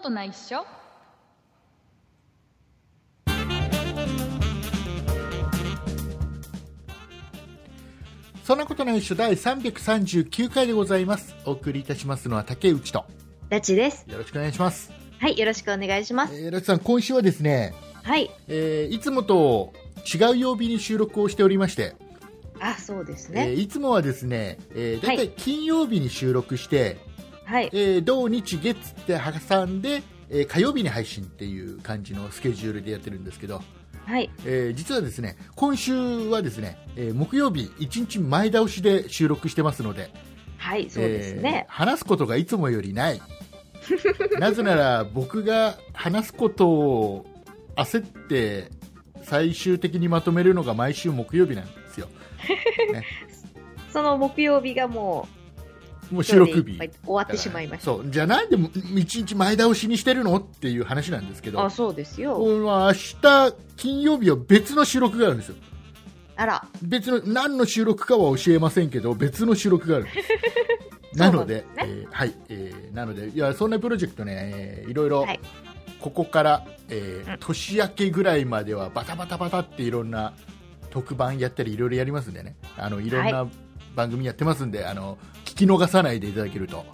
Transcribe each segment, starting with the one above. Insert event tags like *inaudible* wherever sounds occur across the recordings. とないっしょそんなことないっしょ第339回でございます。お送りいたしますのは竹内と。ダチです。よろしくお願いします。はい、よろしくお願いします。えー、ラチさん、今週はですね、はい。えーいつもと違う曜日に収録をしておりまして、あ、そうですえね。ーいつもはですね、えー、だいたはい金曜日に収録して、はい。えー土日月って挟んで、えー火曜日に配信っていう感じのスケジュールでやってるんですけど、はい。えー実はですね今週はですね、えー木曜日1日前倒しで収録してますのではい、そうですねえー。話すことがいつもよりない *laughs* なぜなら僕が話すことを焦って最終的にまとめるのが毎週木曜日なんですよその木曜日がももうう、収録日今日でいっぱい終わってしまいましそうじゃあなんで1日前倒しにしてるのっていう話なんですけた。あ、どそうですこよ。れは明日金曜日は別の収録があるんですよあら、別の何の収録かは教えませんけど別の収録 *laughs* があるんですなのでそうなんえーはい、えーなのでいやそんなプロジェクトね、えーいろいろはいここから、えーうん年明けぐらいまではバタバタバタっていろんな特番やったりいろいろやりますんでねあのいろんな番組やってますんで、あの聞き逃さないでいただけると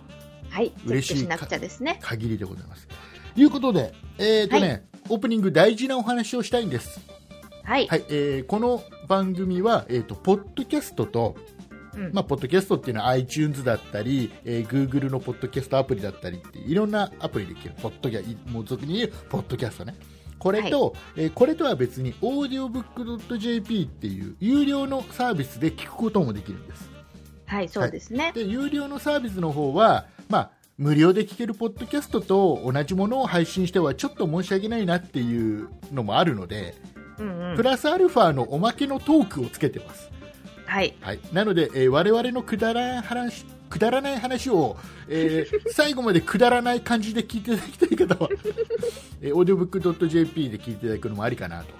はい。嬉しいチェックしなくちゃですね。限りでございますということで、えーとねオープニング大事なお話をしたいんです、はい。はいえーこの番組は、えー、とポッドキャストとうんまあ、ポッドキャストっていうのは iTunes だったり、えー Google のポッドキャストアプリだったりっていろんなアプリできるポッドキャいもう俗に言うポッドキャストねこれと、えーこれとは別に audiobook.jp っていう有料のサービスで聞くこともできるんですはい、そうですね。で有料のサービスの方は、まあ、無料で聞けるポッドキャストと同じものを配信してはちょっと申し訳ないなっていうのもあるので、うんうプん。ラスアルファのおまけのトークをつけてますはい。はい、なので、えー我々のくだらない話くだらない話を、え *laughs* ー最後までくだらない感じで聞いていただきたい方は、えー、audiobook.jp で聞いていただくのもありかなと。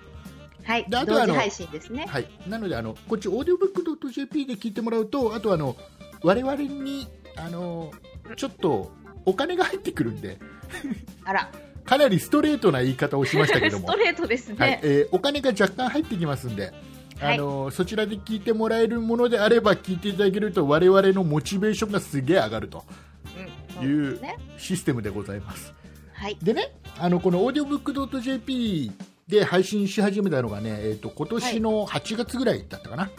はい。であ同とはあの時配信ですね。はい、なのであの、こっち audiobook.jp で聞いてもらうと、あとあの我々にあのちょっとお金が入ってくるんで、あら、かなりストレートな言い方をしましたけど *laughs* スもト、レートです *laughs* はいね。えーお金が若干入ってきますんで、はあい。のそちらで聞いてもらえるものであれば聞いていただけると我々のモチベーションがすげえ上がるとうんいそううですね。システムでございますはい。でねあのこのオーディオブックドット JP で配信し始めたのがね、えー、と今年の8月ぐらいだったかな、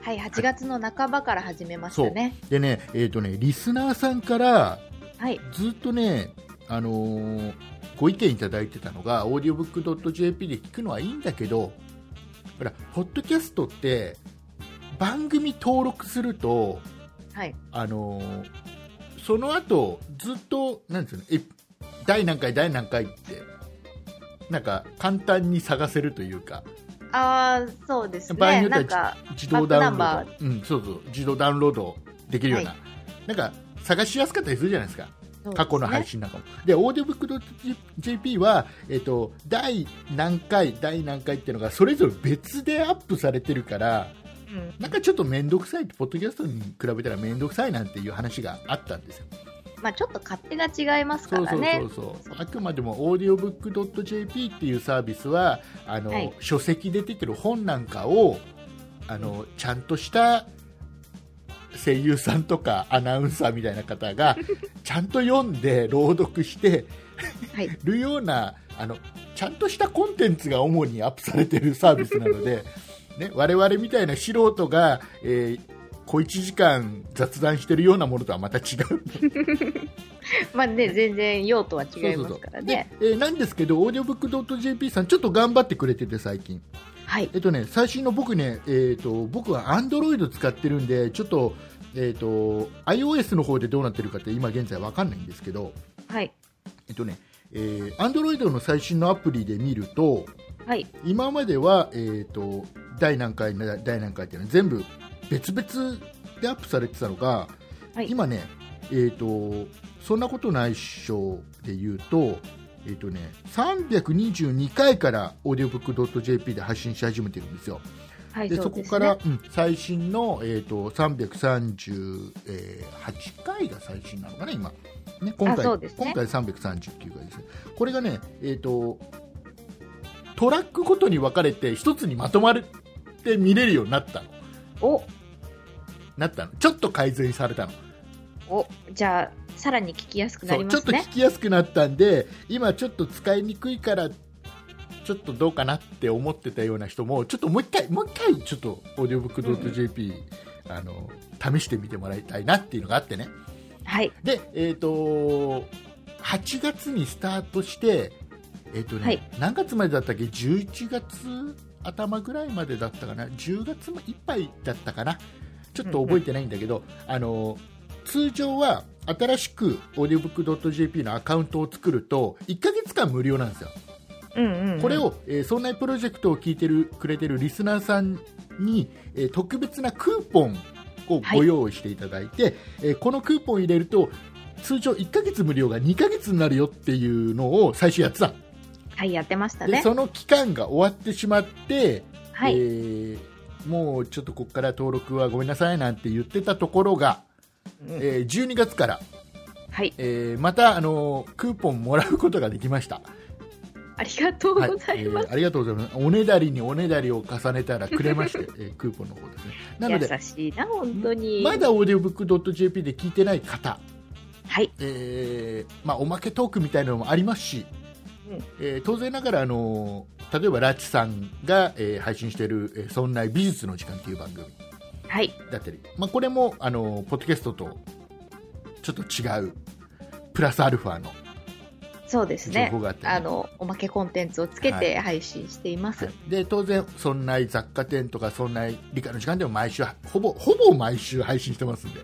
はい、8月の半ばから始めましたね。でね,、えーとねリスナーさんからはい。ずっとね、あのーご意見いただいてたのがオーディオブックドット JP で聞くのはいいんだけどほらポッドキャストって番組登録するとはい。あのーその後ずっとなんていうのえ第何回第何回ってなんか簡単に探せるというかああ、そうです場合にね。よってはなんか、自動ダウンロバッード、うん、そうそう自動ダウンロードできるような、はなんか探しやすかったりするじゃないですかそうですね過去の配信なんかもでオーディオブックドット JP は、えっと第何回第何回っていうのがそれぞれ別でアップされてるからうんなんかちょっと面倒くさいってポッドキャストに比べたら面倒くさいなんていう話があったんですよまあちょっと勝手が違いますかそうらそうね。そうそうあくまでもオーディオブックドット JP っていうサービスはあの、はい書籍で出てる本なんかをあの、ちゃんとした声優さんとかアナウンサーみたいな方がちゃんと読んで朗読してはい。るようなあのちゃんとしたコンテンツが主にアップされてるサービスなので、 *laughs* ね、我々みたいな素人が、えー小1時間雑談してるようなものとはまた違うまあね、全然用途は違いますからね。そうそうそうでえーなんですけど、オーディオブックドット JP さん、ちょっと頑張ってくれてて、最近。はい。えっとね、最新の僕ね、えっと、僕は Android 使ってるんで、ちょっと、えっと、iOS の方でどうなってるかって今現在わかんないんですけど、はい。えっとね、えー、Android の最新のアプリで見ると、はい。今までは、えっと、第何回、第何回っていうのは全部別々でアップされてたのが、はい今ね、えっと、そんなことないっしょで言うと、えっ、とね、322回から audiobook.jp で配信し始めてるんですよ。はい、でそそうでこすねから、うん最新の、えー、と338回が最新なのかな、今、ね、今あ回そうですね今回339回ですね、これがね、えーと、トラックごとに分かれて、一つにまとまって見れるようになったのおなったの、ちょっと改善されたの、おじゃあさらに聞きやすくなそうりまちょっすとね聞きやすくなったんで、今、ちょっと使いにくいから、ちょっとどうかなって思ってたような人も、ちょっともう一回、もう一回、ちょっと、オーディオブックドット JP、あの、試してみてもらいたいなっていうのがあってね。はいで、えっ、と、8月にスタートして、えっ、とね、はい何月までだったっけ、11月頭ぐらいまでだったかな、10月もいっぱいだったかな、ちょっと覚えてないんだけど、あの通常は新しく audiobook.jp のアカウントを作ると、1ヶ月間無料なんですよ。うんうんうんこれを、えー、そんなプロジェクトを聞いてるくれてるリスナーさんに、えー特別なクーポンをはいご用意していただいて、えーこのクーポンを入れると通常1ヶ月無料が2ヶ月になるよっていうのを最初やってたのはいやってましたでねその期間が終わってしまって、はえいーもうちょっとここから登録はごめんなさいなんて言ってたところが、うんえー12月から、はいえーまた、あのークーポンもらうことができました。ありが *laughs* とうございえまーありがとうございます。おねだりにおねだりを重ねたらくれまして、えークーポンの方ですね。なのすで、優しいな本当にまだオーディオブックドット JP で聞いてない方、はいえーまあ、おまけトークみたいなのもありますし、うんえー当然ながら、あのー例えばラチさんが、えー配信している、えー、そんな美術の時間という番組はいだったり、まあ、これも、あのーポッドキャストとちょっと違う、プラスアルファのそうです情ね報があったり、あのおまけコンテンツをつけて配信しています、で当然、そんな雑貨店とかそんな理科の時間でも毎週ほぼほぼ毎週配信してますんで、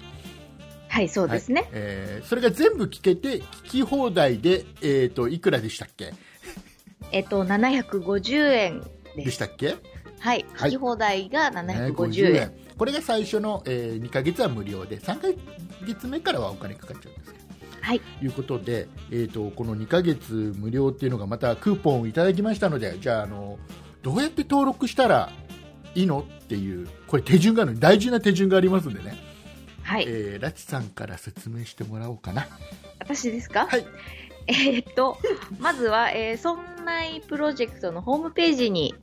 はい、そうですね。えーそれが全部聞けて聞き放題で、えー、といくらでしたっけえっと、750円ででしす。たっけ、はい。はい聞き放題がね750円。これが最初の、え2ヶ月は無料で3ヶ月目からはお金かかっちゃうんですけどはい。ということで、えー、とこの2ヶ月無料っていうのがまたクーポンをいただきましたのでじゃああのどうやって登録したらいいのっていうこれ手順がある大事な手順がありますんでねはい。えー、ラチさんから説明してもらおうかな。私ですかはい。えっと、まずは、えー、そんないプロジェクトのホームページに、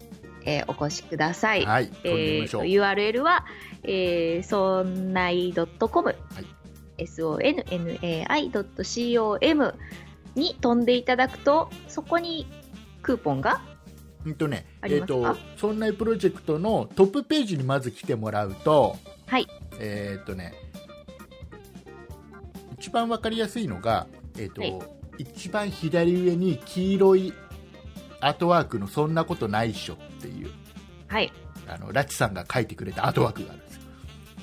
えーお越しください。はい。飛んでみえまーしょとう。 URL は、えー、そんない .com、い sonnai.com に飛んでいただくと、そこにクーポンが、うんとね、あえっ、りますかと、そんなプロジェクトのトップページにまず来てもらうと、はい。えっ、とね、一番わかりやすいのが、えっ、と、はい一番左上に黄色いアートワークのそんなことないっしょっていう、はい、あの、ラチさんが書いてくれたアートワークがあるんですよ。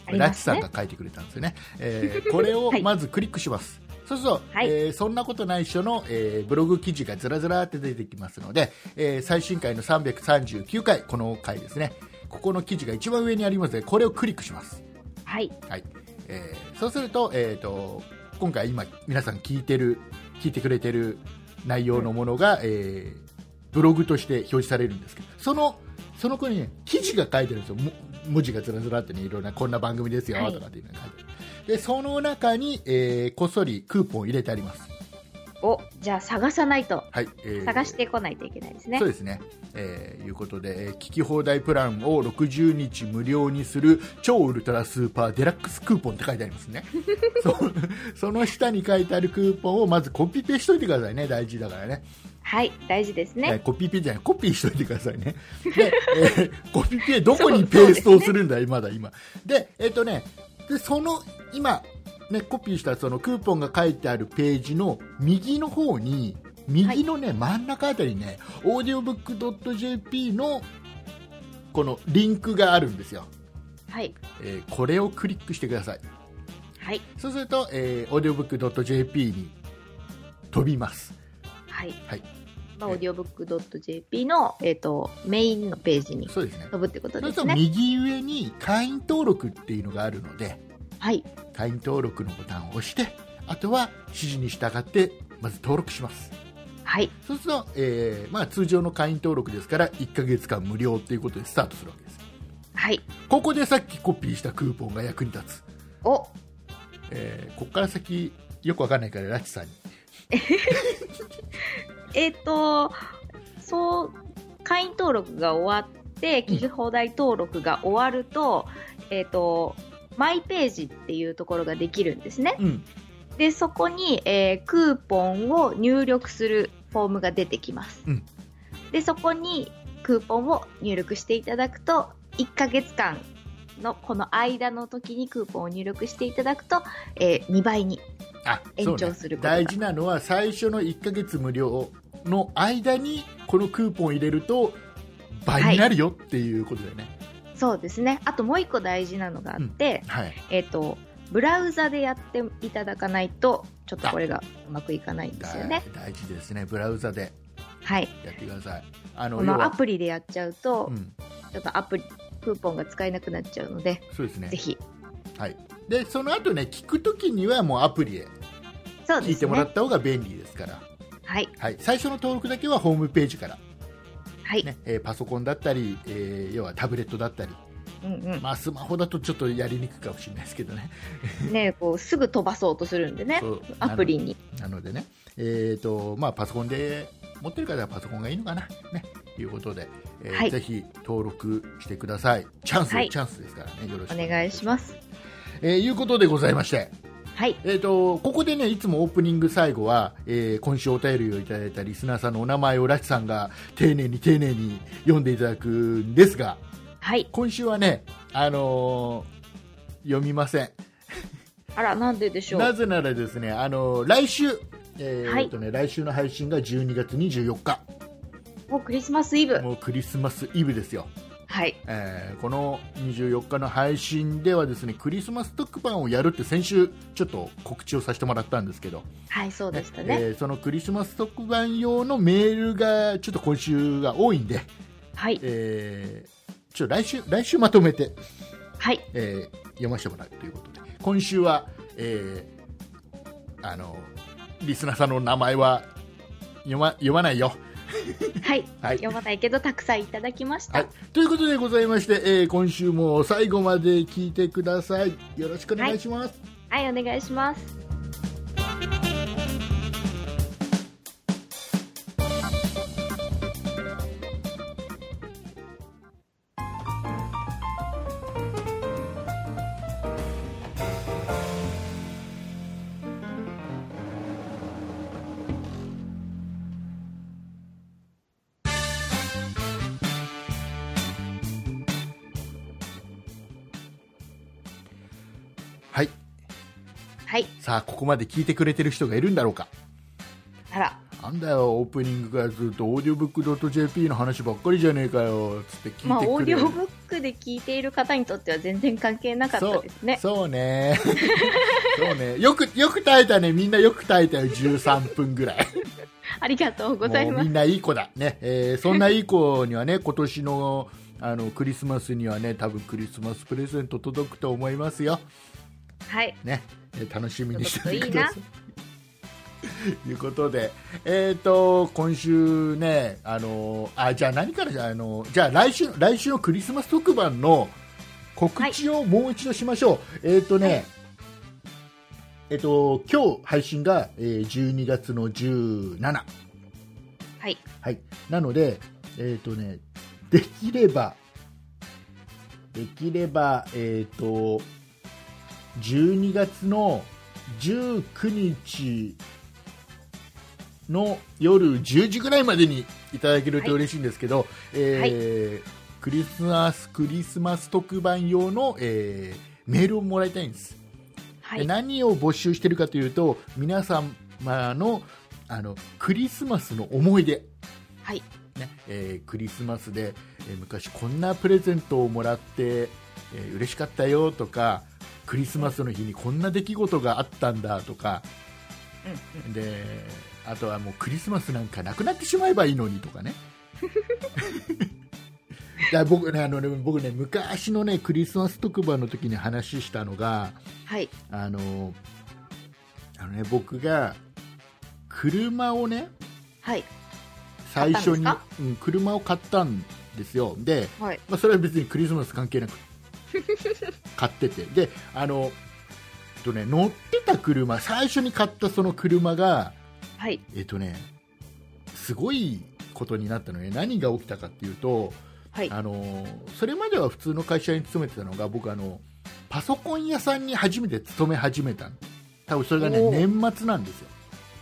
ありラまチすさんね。が書いてくれたんですよね、え *laughs* ーこれをはいまずクリックします、そうすると、はいえーそんなことないっしょの、えーブログ記事がずらずらって出てきますので、えー最新回の339回この回ですねここの記事が一番上にありますのでこれをクリックします、はい。はいえーそうすると,、えー、と今回今皆さん聞いてる聞いてくれてる内容のものが、えーブログとして表示されるんですけどそのその子に、ね、記事が書いてあるんですよも文字がずらずらってねいろんなこんな番組ですよ、はいとかっていうのが書いてあるでその中に、えーこっそりクーポンを入れてあります、お、じゃあ探さないと。はいえー探してこないといけないですねそう。ですね。えーいうことで、えー聞き放題プランを60日無料にする超ウルトラスーパーデラックスクーポンって書いてあり *laughs* ますね。そ *laughs* その下に書いてあるクーポンをまずコピペしといてくださいね。大事だからね。はい、大事ですはいね。コピペじゃない、コピーしといてくださいね。で、えーコピペどこにペーストをするんだい、まだ今。で、えっ、とね、で、その、今、ね、コピーしたそのクーポンが書いてあるページの右の方に、右のね、真ん中あたりにね、audiobook.jp のこのリンクがあるんですよ。はい、えーこれをクリックしてください。はい、そうすると、えー、audiobook.jp に飛びます。はい。はいまあ、オーディオブックドット JP の、えっ、と、メインのページにそうですね。飛ぶってこそとうですするとね。右上に会員登録っていうのがあるのではい、会員登録のボタンを押してあとは指示に従ってまず登録しますはい、そうすると、えーまあ、通常の会員登録ですから1ヶ月間無料ということでスタートするわけですはい。ここでさっきコピーしたクーポンが役に立つ、お、えーここから先よくわかんないからラチさんにえっ、と、そう、会員登録が終わって、聞き放題登録が終わると、えっ、と、マイページっていうところができるんですね。うんで、そこに、えークーポンを入力するフォームが出てきます。うんで、そこにクーポンを入力していただくと、1ヶ月間のこの間の時にクーポンを入力していただくと、え2倍に。あ延そう長ねすることが大事なのは最初の1ヶ月無料の間にこのクーポン入れると倍になるよっていうことだよね、そうですね。あともう一個大事なのがあって、はいえっ、と、ブラウザでやっていただかないと、ちょっとこれがうまくいかないんですよね。大大事ですねブラウザではい。やってくださいあのこ要のは、アプリでやっちゃうとう、ん、ちょっとアプリ、クーポンが使えなくなっちゃうので、そうですねぜひ。でその後ね聞くときにはもうアプリへそう聞でいてすもらね。った方が便利ですからはい。はい、最初の登録だけはホームページから、はい。ねえーパソコンだったり、えー要はタブレットだったり、うんうん。まあ、スマホだとちょっとやりにくいかもしれないですけどねね、こう、すぐ飛ばそうとするんでねそう。アプリに。なのでね、えーとまあ、パソコンで持ってる方はパソコンがいいのかなねということで、えーはいぜひ登録してくださいチャンス、はいチャンスですからねよろしくお願いします。えーいうことでございましてはい。えー、とここでねいつもオープニング最後は、えー今週お便りをいただいたリスナーさんのお名前をラチさんが丁寧に丁寧に読んでいただくんですがはい。今週はね、あのー読みませんあら、なんででしょなう。ぜならですね、あのー来週、えーはいえっとね、来週の配信が12月24日もうクリスマスイブ。もうクリスマスイブですよ、はい。えーこの24日の配信ではですねクリスマス特番をやるって先週ちょっと告知をさせてもらったんですけどはい、そうでしたえね。ーそのクリスマス特番用のメールがちょっと今週が多いんで、はい。えーちょっと来週来週まとめて、はい。えー読ませてもらうということで今週は、えーあのリスナーさんの名前は読ま読まないよ。はい。はい読まないけど、たくさんいただきましはたい。、ということでございまして、えー今週も最後まで聞いてください。よろしくお願いします。はい、お願いします。はい、はい。さあここまで聞いてくれてる人がいるんだろうか。あら。なんだよオープニングからずっとオーディオブックドット JP の話ばっかりじゃねえかよつって聞いてくれる、まあ、オーディオブックで聞いている方にとっては全然関係なかったですね。そうそうね *laughs* そうねよくよく耐えたねみんなよく耐えたよ13分ぐらいありがと *laughs* うございもうまみす。んないい子だね、えーそんないい子にはね今年のあのクリスマスにはね多分クリスマスプレゼント届くと思いますよはい。ね、えー楽しみにしててちょっといくいだなさい。と *laughs* いうことで、えっ、と今週ね、あのあじゃあ何からじゃああのじゃあ来週来週のクリスマス特番の告知をもう一度しましょう。えっ、とね、えっ、と今日配信が、えー12月の17。はい。はい、なので、えーとね、できれば、できれば、えー、と12月の19日の夜10時ぐらいまでにいただけると嬉しいんですけど、えークリスマスクリスマス特番用の、えーメールをもらいたいんです。はでい。何を募集してるかというと皆様のあのクリスマスの思い出、はい。ねえークリスマスで、えー昔こんなプレゼントをもらって、えー嬉しかったよとかクリスマスの日にこんな出来事があったんだとかうんうん。であとはもうクリスマスなんかなくなってしまえばいいのにと *laughs* かねだから僕ねあのね僕ね昔のねクリスマス特番の時に話したのがはい。あのあのね僕が車をねはい。最初買にったんでうん、車を買ったんですよで、はいまあ、それは別にクリスマス関係 *laughs* なく買っててであの、えっとね、乗ってた車最初に買ったその車がはいえっとねすごいことになったのね何が起きたかっていうとはいあのそれまでは普通の会社に勤めてたのが僕あのパソコン屋さんに初めて勤め始めたの多分それがねおー年末なんですよ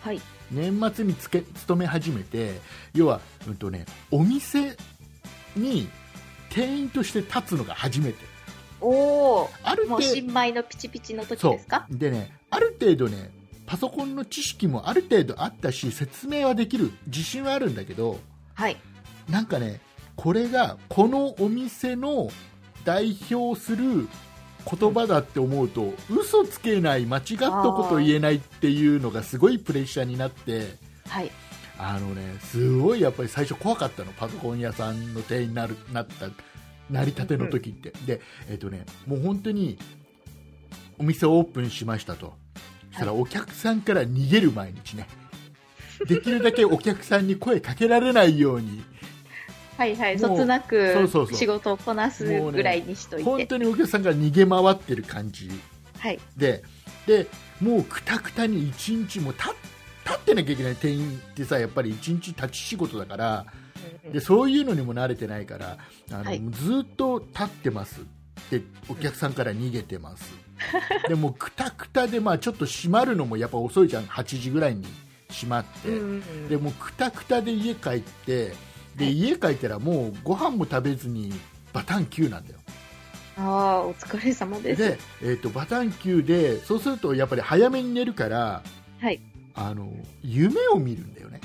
はい年末につけ勤め始めて要は、うんとね、お店に店員として立つのが初めておおあるもう程新米のピチピチの時そですかうでねある程度ねパソコンの知識もある程度あったし説明はできる自信はあるんだけどはいなんかねこれがこのお店の代表する言葉だって思うと嘘つけない間違ったこと言えないっていうのがすごいプレッシャーになってはいあのねすごいやっぱり最初怖かったのパソコン屋さんの店員になるなったなりたての時って、でえっ、とねもう本当にお店オープンしましたとそしたらお客さんから逃げる毎日ねできるだけお客さんに声かけられないようにはいはいもそうつなそうくそうそう仕事をこなすぐらいにしといて、本当にお客さんが逃げ回ってる感じはいででもうくたくたに一日も立立ってなきゃいけない店員ってさやっぱり一日立ち仕事だからでそういうのにも慣れてないからあの、はいずっと立ってますってお客さんから逃げてますでもうくたくたで、まあ、ちょっと閉まるのもやっぱ遅いじゃん8時ぐらいに閉まって、うんうんうんでもうくたくたで家帰ってで、はい家帰ったらもうご飯も食べずにバタン9なんだよああお疲れ様ですで、えー、とバタン9でそうするとやっぱり早めに寝るからはいあの夢を見るんだよね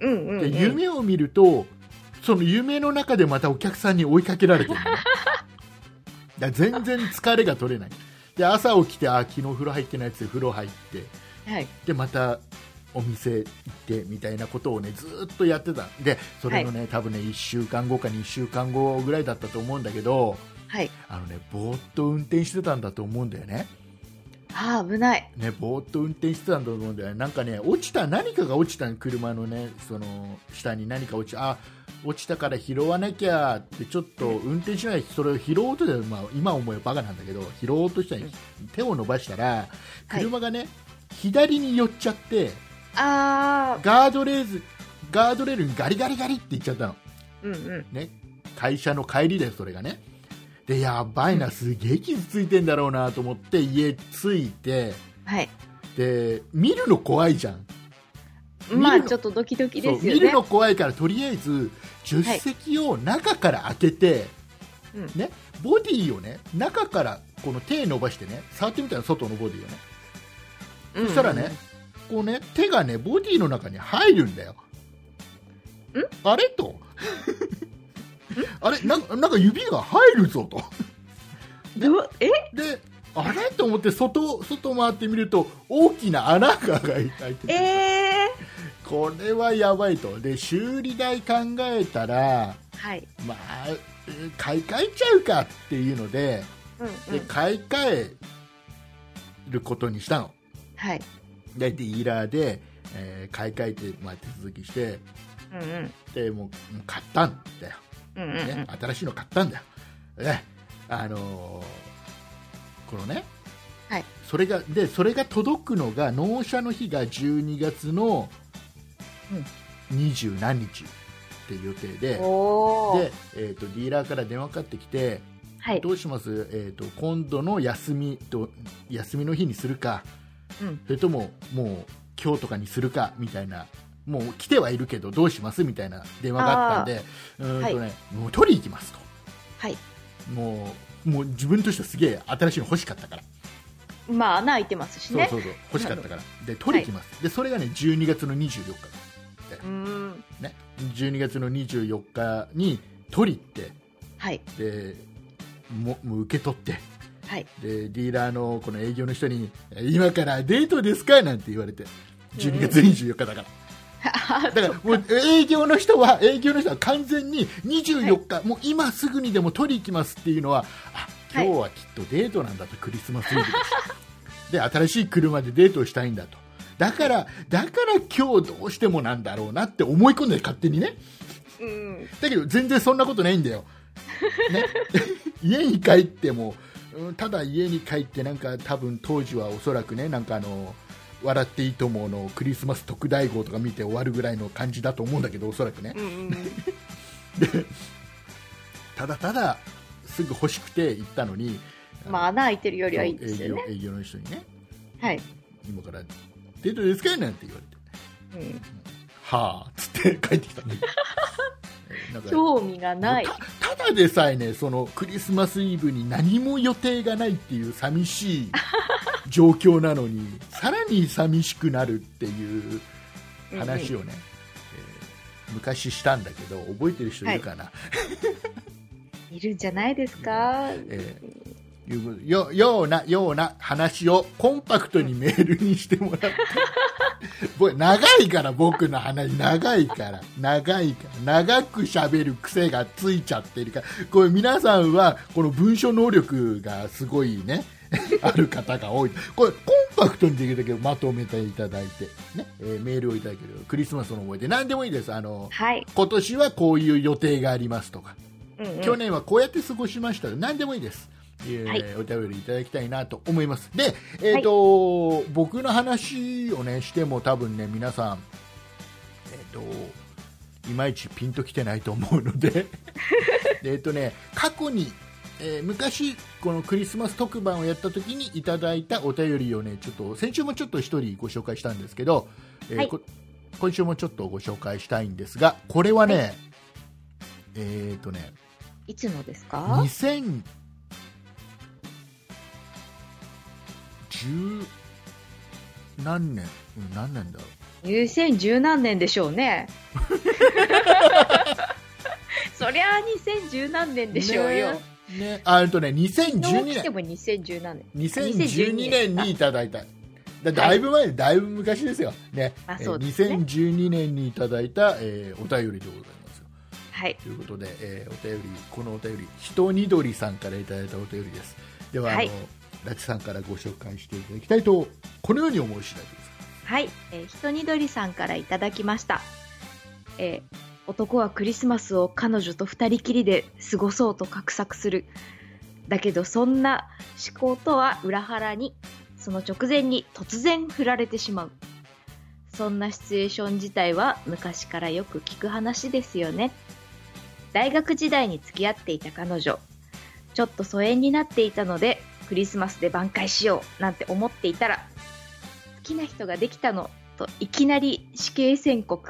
うんうん、うでん、夢を見るとその夢の中でまたお客さんに追いかけられてる *laughs* のねだから全然疲れが取れないで朝起きてあー昨日風呂入ってないやつで風呂入ってはいでまたお店行ってみたいなことをねずーっとやってたでそれのね、多分ね1週間後か2週間後ぐらいだったと思うんだけどはいあのねぼーっと運転してたんだと思うんだよねああ危ないね、ぼーっと運転してたんだと思うんだよねなんかね、落ちた、何かが落ちた、車のね、その、下に何か落ちた、あ、落ちたから拾わなきゃって、ちょっと運転しない、それを拾おうとしたら、まあ、今思えばバカなんだけど、拾おうとしたらうん、手を伸ばしたら、はい車がね、左に寄っちゃって、ああガードレール、ガードレールにガリガリガリって行っちゃったの。うんうんね、会社の帰りだよ、それがね。で、やばいな、すげえ傷ついてんだろうなと思って、家着いて、はいで見るの怖いじゃん見まあるのちょっとドキドキそでうすよ見ねるの怖いからとりあえず助手席を中から開けて、うんね、ボディをね中からこの手伸ばしてね触ってみたら外のボディをねうんうんそしたらねこうね手がねボディの中に入るんだよあれとあれなんかなんか指が入るぞとうわえであれと思って外外回ってみると大きな穴が開いててええこれはやばいとで修理代考えたら、はいまあ、えー買い替えちゃうかっていうのでうんうでん買い替えることにしたのはいでディーラーで、えー買い替えて、まあ、手続きしてうんうんでもうもう買ったんだよ、うんうんね新しいの買ったんだよ、ねあのーこのね、はいそれがでそれが届くのが納車の日が12月の二十何日っていう予定で、うんおおでえー、とディーラーから電話かかってきて、はいどうします、えー、と今度の休みと休みの日にするか、うんそれとももう今日とかにするかみたいなもう来てはいるけどどうしますみたいな電話があったんでうーんと、ねもう取り行きますとはいもうもう自分としてはすげえ新しいの欲しかったから、まあ穴開いてますしそうねそうそう欲しかったからで取り行きます、でそれがね12月の24日うーんね、12月の24日に取り行ってはいでももう受け取ってはいでディーラーのこの営業の人にえ今からデートですかなんて言われて12月24日だから、あだからもう営業の人は営業の人は完全に24日、もう今すぐにでも取り行きますっていうのはあ今はい日はきっとデートなんだと、クリスマスイブだしで新しい車でデートをしたいんだとだからだから今日どうしてもなんだろうなって思い込んで勝手にねうん、だけど全然そんなことないんだよ、ね、 *laughs* 家に帰っても、うん、ただ家に帰ってなんか多分当時はおそらくねなんかあの笑っていいと思うのクリスマス特大号とか見て終わるぐらいの感じだと思うんだけどおそらくねうんうん、ただただすぐ欲しくて行ったのにまあ穴開いてるよりそうはい営いですよ業ね営業の人にねはい、今からデートですかなんて言われてうん、はあっつって帰ってきたんだ *laughs* けどえなんか興味がないたただでさえねそのクリスマスイブに何も予定がないっていう寂しい状況なの *laughs* にさらに寂しくなるっていう話を、をね、えー昔したんだけど覚えてる人いるかな、うんうんいるんじゃないですか、えーいうことよようなような話をコンパクトにメールにしてもらって *laughs* 僕長いから僕の話長いから長いから長く喋る癖がついちゃってるからこれ皆さんはこの文章能力がすごいね *laughs* ある方が多いこれコンパクトにできるだけまとめていただいて、ねえーメールをいただけるクリスマスの思い出何でもいいですあのはい、今年はこういう予定がありますとかうんうん、去年はこうやって過ごしましたよ何でもいいです、えーはいお便りいただきたいなと思いますで、えーと僕の話を、ね、しても多分ね皆さん、えー、といまいちピンときてないと思うので *laughs* でえーと、ね、過去に、えー昔このクリスマス特番をやった時にいただいたお便りをねちょっと先週もちょっと1人ご紹介したんですけど、えーはいこ今週もちょっとご紹介したいんですがこれはね、えっ、とねいつのですか2010何年うん何年だろ2010何年でしょ *laughs* うねそりゃあ2010何年うでしょうよ、ねねあえっとね2012どう来て年も2010何年2012年2012年にいただいただだいぶ前、だいぶ昔ですよ、ねあえーそうですね2012年にいただいた、えーお便りでございますよはいということで、えーお便りこのお便りひとにどりさんからいただいたお便りですでは、はいあのラチさんからご紹介していただきたいとこのように思う次第ですはい、えー、ひとにどりさんからいただきました、えー男はクリスマスを彼女と二人きりで過ごそうと画策するだけどそんな思考とは裏腹にその直前に突然振られてしまうそんなシチュエーション自体は昔からよく聞く話ですよね大学時代に付き合っていた彼女ちょっと疎遠になっていたのでクリスマスで挽回しようなんて思っていたら好きな人ができたのといきなり死刑宣告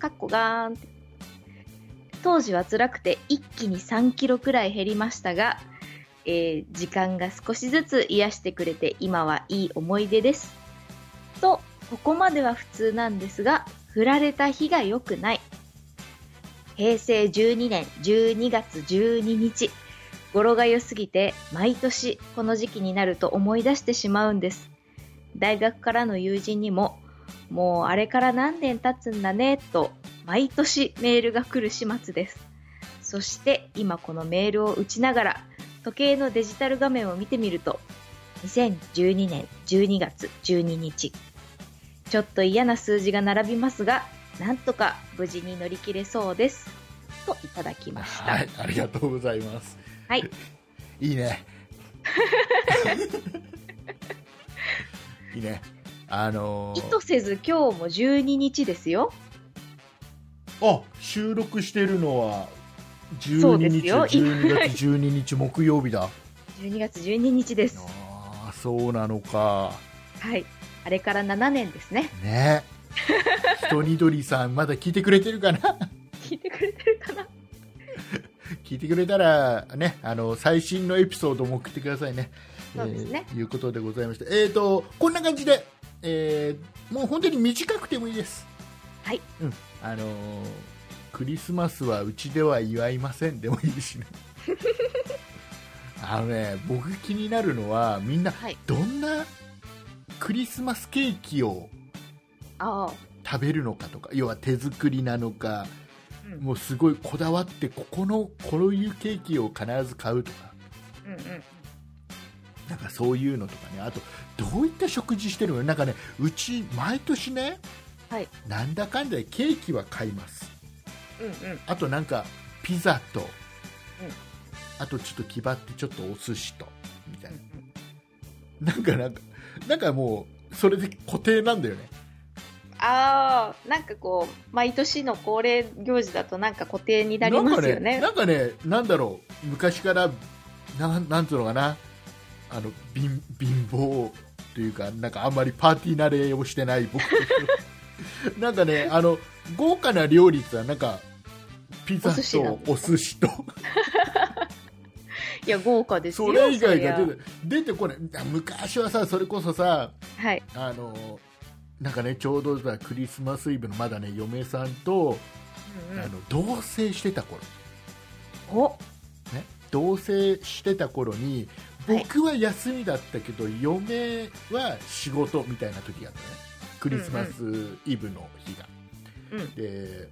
かっこがーんって当時は辛くて一気に3キロくらい減りましたが、えー時間が少しずつ癒してくれて今はいい思い出ですとここまでは普通なんですが振られた日が良くない平成12年12月12日語呂が良すぎて毎年この時期になると思い出してしまうんです大学からの友人にももうあれから何年経つんだねと毎年メールが来る始末ですそして今このメールを打ちながら時計のデジタル画面を見てみると2012年12月12日ちょっと嫌な数字が並びますがなんとか無事に乗り切れそうですといただきましたはい、ありがとうございます。はい、いい *laughs* ね。いいね。あの意ー図せず今日も12日ですよあ収録してるのはそ12うで日すよ12月12日木曜日だ。 12月12日ですああそうなのか。はいあれから7年ですねね。 *laughs* ひとにどりさんまだ聞いてくれてるかな。聞いてくれてるかな *laughs* 聞いてくれたらねあの最新のエピソードも送ってくださいね。そうですねえーいうことでございまして、えー、とこんな感じで、えーもう本当に短くてもいいです。はい、うんあのークリスマスはうちでは祝いませんでもいい *laughs* しね。あのね僕気になるのはみんなはいどんなクリスマスケーキをああ食べるのかとか要は手作りなのかうんうんもうすごいこだわってここのこういうケーキを必ず買うとかうんなんかそういうのとかねあとどういった食事してるのなんかねうち毎年ね、はいなんだかんだでケーキは買いますうんうんあとなんかピザと、うんあとちょっと気張ってちょっとお寿司とみたいうんうんななんかなんかなんかもうそれで固定なんだよねああなんかこう毎年の恒例行事だとなんか固定になりますよねなんかねなんかねなんだろう昔からなんなんつうのかなあの貧貧乏というかなんかあんまりパーティー慣れをして *laughs* ない僕なんかねあの豪華な料理ってのはなんかピザお寿司なとんですお寿司といや豪華ですよそれ以外そがりゃ出て出てこない昔はさそれこそさはいあのなんかねちょうどさクリスマスイブのまだね嫁さんと、うんうあんの同棲してた頃おね、同棲してた頃にはい僕は休みだったけど、嫁は仕事みたいな時があったねクリスマスイブの日が、うんで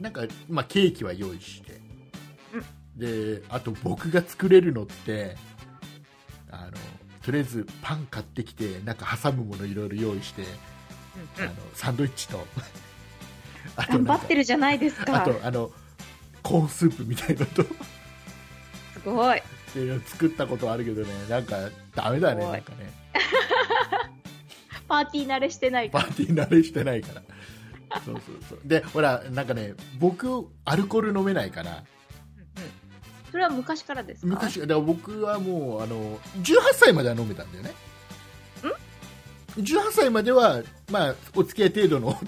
なんか、まあ、ケーキは用意して、であと僕が作れるのってあのとりあえずパン買ってきてなんか挟むものいろいろ用意して、うんうあんのサンドイッチと *laughs* あ頑張なんっかてるじゃないですあかとあのコーンスープみたいなのとすごいっていうの作ったことあるけどねなんかダメだねおいなんかねパーティー慣れしてないかパらーティー慣れしてないからそうそうそうでほらなんかね僕アルコール飲めないからうんうんそれは昔からですか昔だから僕はもうあの18歳までは飲めたんだよね18歳までは、まあ、お付き合い程度の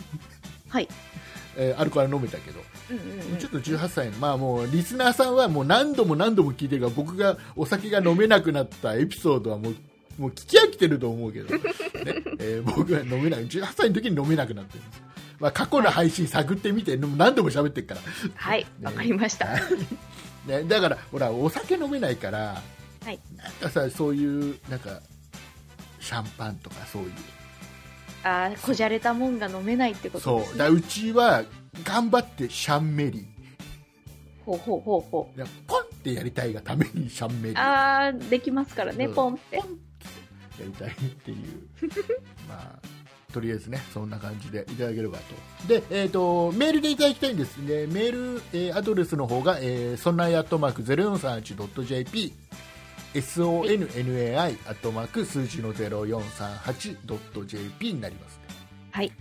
はい *laughs* えーアルコールは飲めたけど、うんうんうんちょっと18歳の、まあ、もうリスナーさんはもう何度も何度も聞いてるから僕がお酒が飲めなくなったエピソードはもう *laughs* もう聞き飽きてると思うけど、ねえー僕は飲めない18歳の時に飲めなくなってるんです、まあ、過去の配信探ってみてもう何度も喋ってるからはいわかりました、ね、だからほらお酒飲めないから、はいなんかさそういうなんかシャンパンとかそういうあーこじゃれたもんが飲めないってことそうです、ね、だからうちは頑張ってシャンメリほうほうほうほーだからポンってやりたいがためにシャンメリうーあーできますからねそうポンってポンってやりたいっていう *laughs* まあとりあえずねそんな感じでいただければとで、えー、とメールでいただきたいんですねメール、えーアドレスの方が、えー、そんないアットマーク 0438.jp sonnai アットマーク数字の 0438.jp になりますはい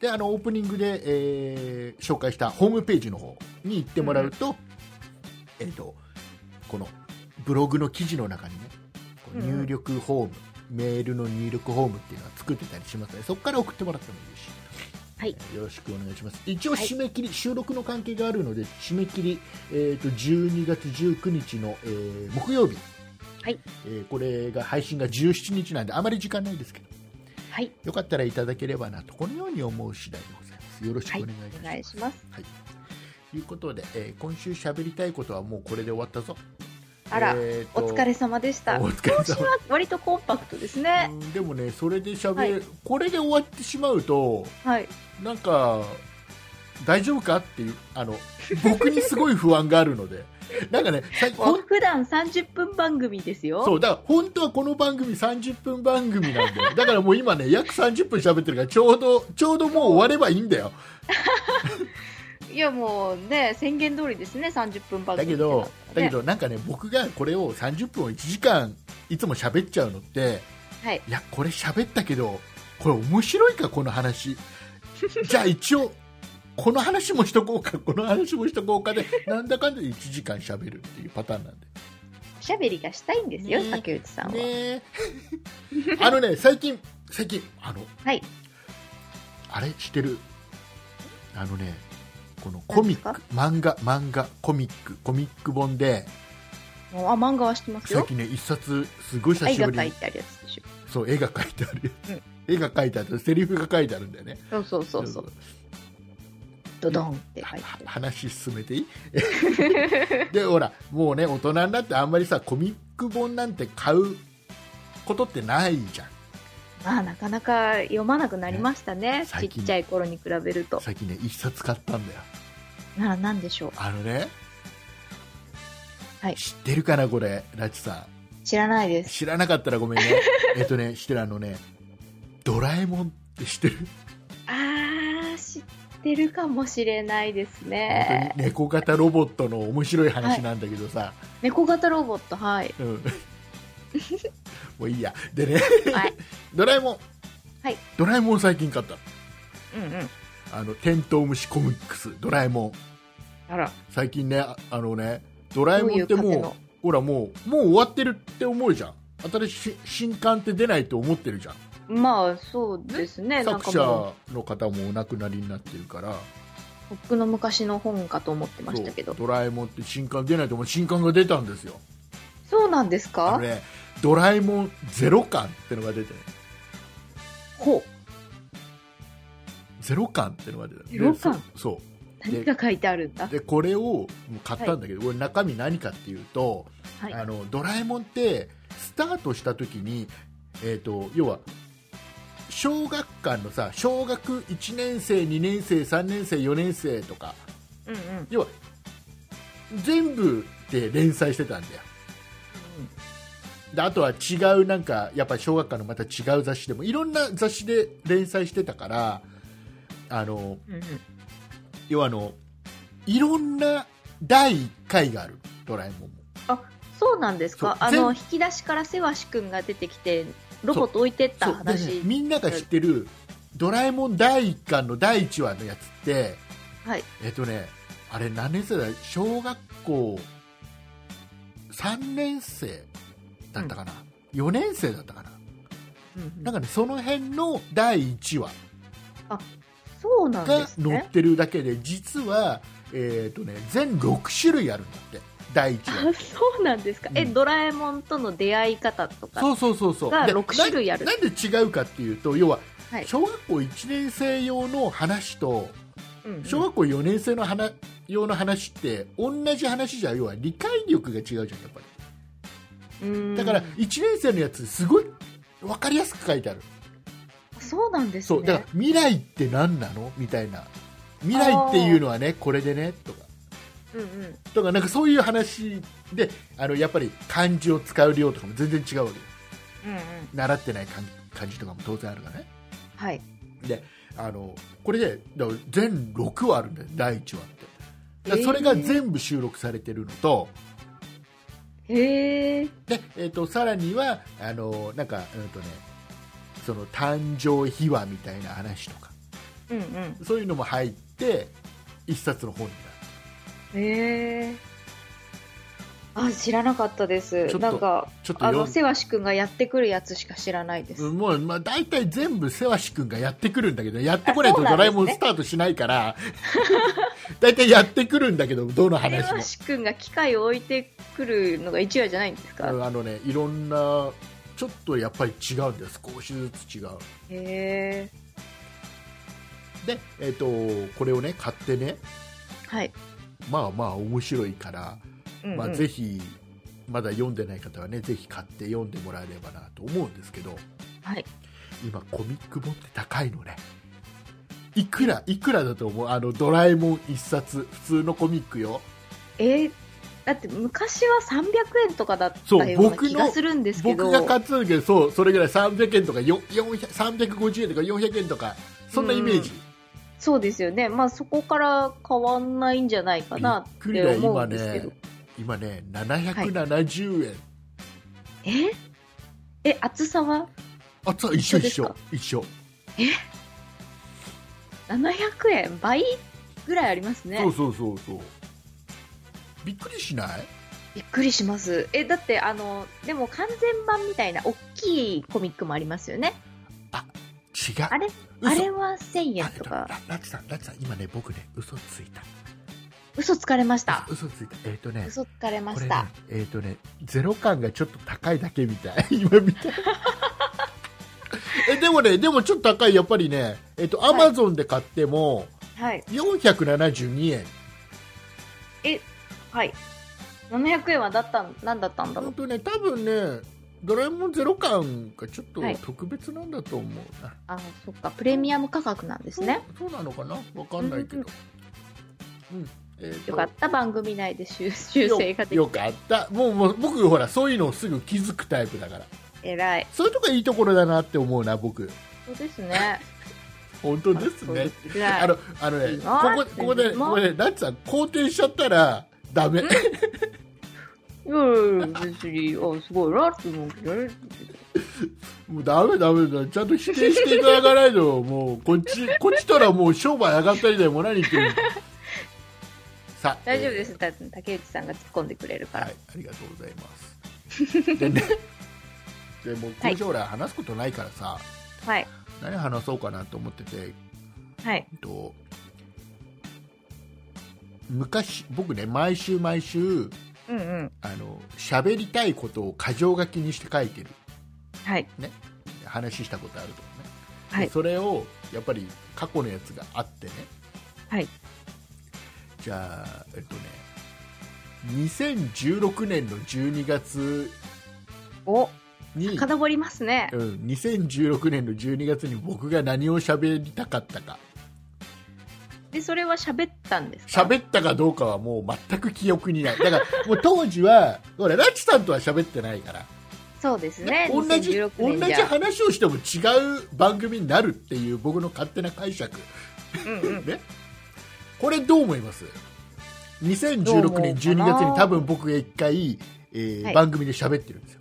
であのオープニングで、えー紹介したホームページの方に行ってもらうと,、えー、とこのブログの記事の中にねこううんうん入力フォーム、メールの入力フォームっていうのは作ってたりしますのでそこから送ってもらってもいいし、はいえーよろしくお願いします一応はい締め切り、収録の関係があるので締め切り、えー、と12月19日の、えー木曜日、はいえーこれが配信が17日なんであまり時間ないですけどはいよかったらいただければなとこのように思う次第でございますよろしくお願いいおた願しまいす、しますはい、ということで、えー今週喋りたいことはもうこれで終わったぞあら、えーおと疲れ様でしたお疲れ様今週は割とコンパクトですねうんでもねそれでしゃべ、はいこれで終わってしまうとはいなんか大丈夫かっていうあの僕にすごい不安があるので *laughs* なんかねさほん普段30分番組ですよそうだから本当はこの番組30分番組なんだよだからもう今ね約30分喋ってるからちょうどちょうどもう終わればいいんだよいやもうね宣言通りですね30分番だ組けど、ってだけなったらねどなんかね僕がこれを30分を1時間いつも喋っちゃうのってはいいやこれ喋ったけどこれ面白いかこの話 *laughs* じゃあ一応この話もしとこうかこの話もしとこうかでなんだかんだで1時間喋るっていうパターンなんでおしゃべりがしたいんですよ、ね竹内さんは、ね *laughs* えあのね最近最近あのはいあれしてるあのねこのコミッ何クで漫画漫画コミックコミック本でもうあ漫画は知ってます最よ近ね一冊すごい久絵しがぶり描いにてあるやつでしょそう絵が描いてあるやうんつ、絵が描いてあるセリフが書いてあるんだよねそうそうそうそうドドンって書いてあるは話進めてい *laughs* いでほらもうね大人になってあんまりさコミック本なんて買うことってないじゃんまあなかなか読まなくなりましたねねち最近っちゃい頃に比べると最近ね一冊買ったんだよなら何でしょうあのね、はい知ってるかなこれラチさ知らないでんす知らなかったらごめんね *laughs* えっとね知ってるあのね「ドラえもん」って知ってるあー知っしてるかもしれないです本ね当に猫型ロボットの面白い話なんだけどさ、猫型ロボットはいうん *laughs* もういいやでねはい、 *laughs* ドラえもん、はいドラえもん最近買ったうんうん、あのテントウムシコミックスドラえもんあら最近ねああのねドラえもんってどもうういう風のほらもうもう終わってるって思うじゃん新しい新刊って出ないと思ってるじゃんまあそうですねなん作か者もうの方もお亡くなりになってるからとっくの昔の本かと思ってましたけそうどドラえもんって新刊出ないと思う新刊が出たんですよそうなんですあのかねドラえもんゼロ巻ってのが出てほうゼロ巻ってのが出たゼロ巻でそう何が書いてあるんだでこれをもう買ったんだけど、これ中身何かっていうと、はいあのドラえもんってスタートした時に、えー、と要は小学館のさ小学1年生2年生3年生4年生とかうんうんうん要は全部で連載してたんだよであとは違うなんかやっぱ小学館のまた違う雑誌でもいろんな雑誌で連載してたからあのうんうん要はあのいろんな第1回があるドラえもんも。そうなんですかそうあの全引き出しからせわしくんが出てきてロボット置いてったそうでね話、みんなが知ってる「ドラえもん第1巻」の第1話のやつってはいえっとねあれ何年生だ小学校3年生だったかな、4年生だったかな、うんうんなんかねその辺の第1話そうなんでがす載ねってるだけで実はえっとね全6種類あるんだって第1話あ *laughs* そうなんですか、えうんドラえもんとの出会い方とかそうそうそうそうがで6種類あるななんで違うかっていうと要ははい小学校1年生用の話とうんうん小学校4年生の話用の話って同じ話じゃ要は理解力が違うじゃんやっぱりうんだから1年生のやつすごい分かりやすく書いてあるそうなんですそねうだから未来って何なのみたいな未来っていうのはねこれでねとかうんうんとかなんかそういう話であのやっぱり漢字を使う量とかも全然違うわけようんうん習ってない漢漢字とかも当然あるからねはいであのこれでだから全6話あるんだよ第1話ってだからそれえがー全部収録されてるのと、へえで、えー、とさらにはあのなんか、うんとね、その誕生秘話みたいな話とかうんうんそういうのも入って一冊の本にへえあ知らなかったでちょっすとなんかちょっとあ読のんせわしくんがやってくるやつしか知らないです、もう、まあ、大体全部せわし君がやってくるんだけどやってこないあとそうなんドでラすえねもんスタートしないから *laughs* 大体やってくるんだけどどのせ話もわしくんが機械を置いてくるのが一話じゃないんですか、うんあのねいろんなちょっとやっぱり違うんです少しずつ違うへえで、えー、とこれをね買ってねはい、まあまあ面白いからうんうんまあ、ぜひまだ読んでない方はねぜひ買って読んでもらえればなと思うんですけどはい今コミック本って高いのねいくらいくらだと思うあのドラえもん一冊普通のコミックよえーだって昔は300円とかだったそうような僕の気がするんですけど僕が買ってた時はそうそれぐらい300円とかよ400 350円とか400円とかそんなイメージ、そうですよねまあそこから変わんないんじゃないかなっびっくてりだよ思うんですけど、今ね770円、ええ厚さはあそう一緒一一緒緒一緒、 700円倍ぐらいありますねそうそうそうそうびっくりしないびっくりしますえだってあのでも完全版みたいな大きいコミックもありますよね違うあれ嘘あれは1000円とあかララチさんラチさん今ね僕ね嘘ついた嘘つかれました嘘ついたえっ、とね嘘つかれまこしれた、ねえっ、とねゼロ感がちょっと高いだけみたい *laughs* 今見たえでもねでもちょっと高いやっぱりねえっ、とアはいマゾンで買ってもはい472円えはい700円はだったん何だったんだほろんうとね多分ねドラえもんゼロ感がちょっとはい特別なんだと思うな、あそっかプレミアム価格なんですねそうそうなのかなわかんないけどうん、えーとよかった番組内で修修正がでよきよかったもうもう僕ほらそういうのすぐ気づくタイプだからえらいそういうとこいいところだなって思うな僕そうですね本当ですね。ああの、あのね、あここ、ここで、もうここで、ラッツさん、肯定しちゃったら、ダメ。 *laughs* うん、別に、あ、すごいなって思うけどね。もうダメダメだ。ちゃんと否定していただかないと、もう、こっち、こっちとらもう商売上がったりだよ、もう何言って *laughs* るの。さあ、大丈夫えーです。た竹内さんが突っ込んでくれるから。はい、ありがとうございます。でね、 *laughs* でもう、これ以上俺は話すことないからさ、はい。何話そうかなと思ってて、はい。えっと昔僕ね毎週毎週うんうん。あの喋りたいことを箇条書きにして書いてるはい。話したことあると思うね、はいでそれをやっぱり過去のやつがあってねはい。じゃあえっとね2016年の12月お、に、遡りますねう。ん、2016年の12月に僕が何を喋りたかったかで、それは喋ったんですか喋ったかどうかはもう全く記憶にないだからもう当時はほらラチさんとは喋ってないからそうですねね。同じ2016同年じじゃ。話をしても違う番組になるっていう僕の勝手な解釈、うんうん。ね、これどう思います2016年12月に多分僕が1回、えーはい番組で喋ってるんですよ、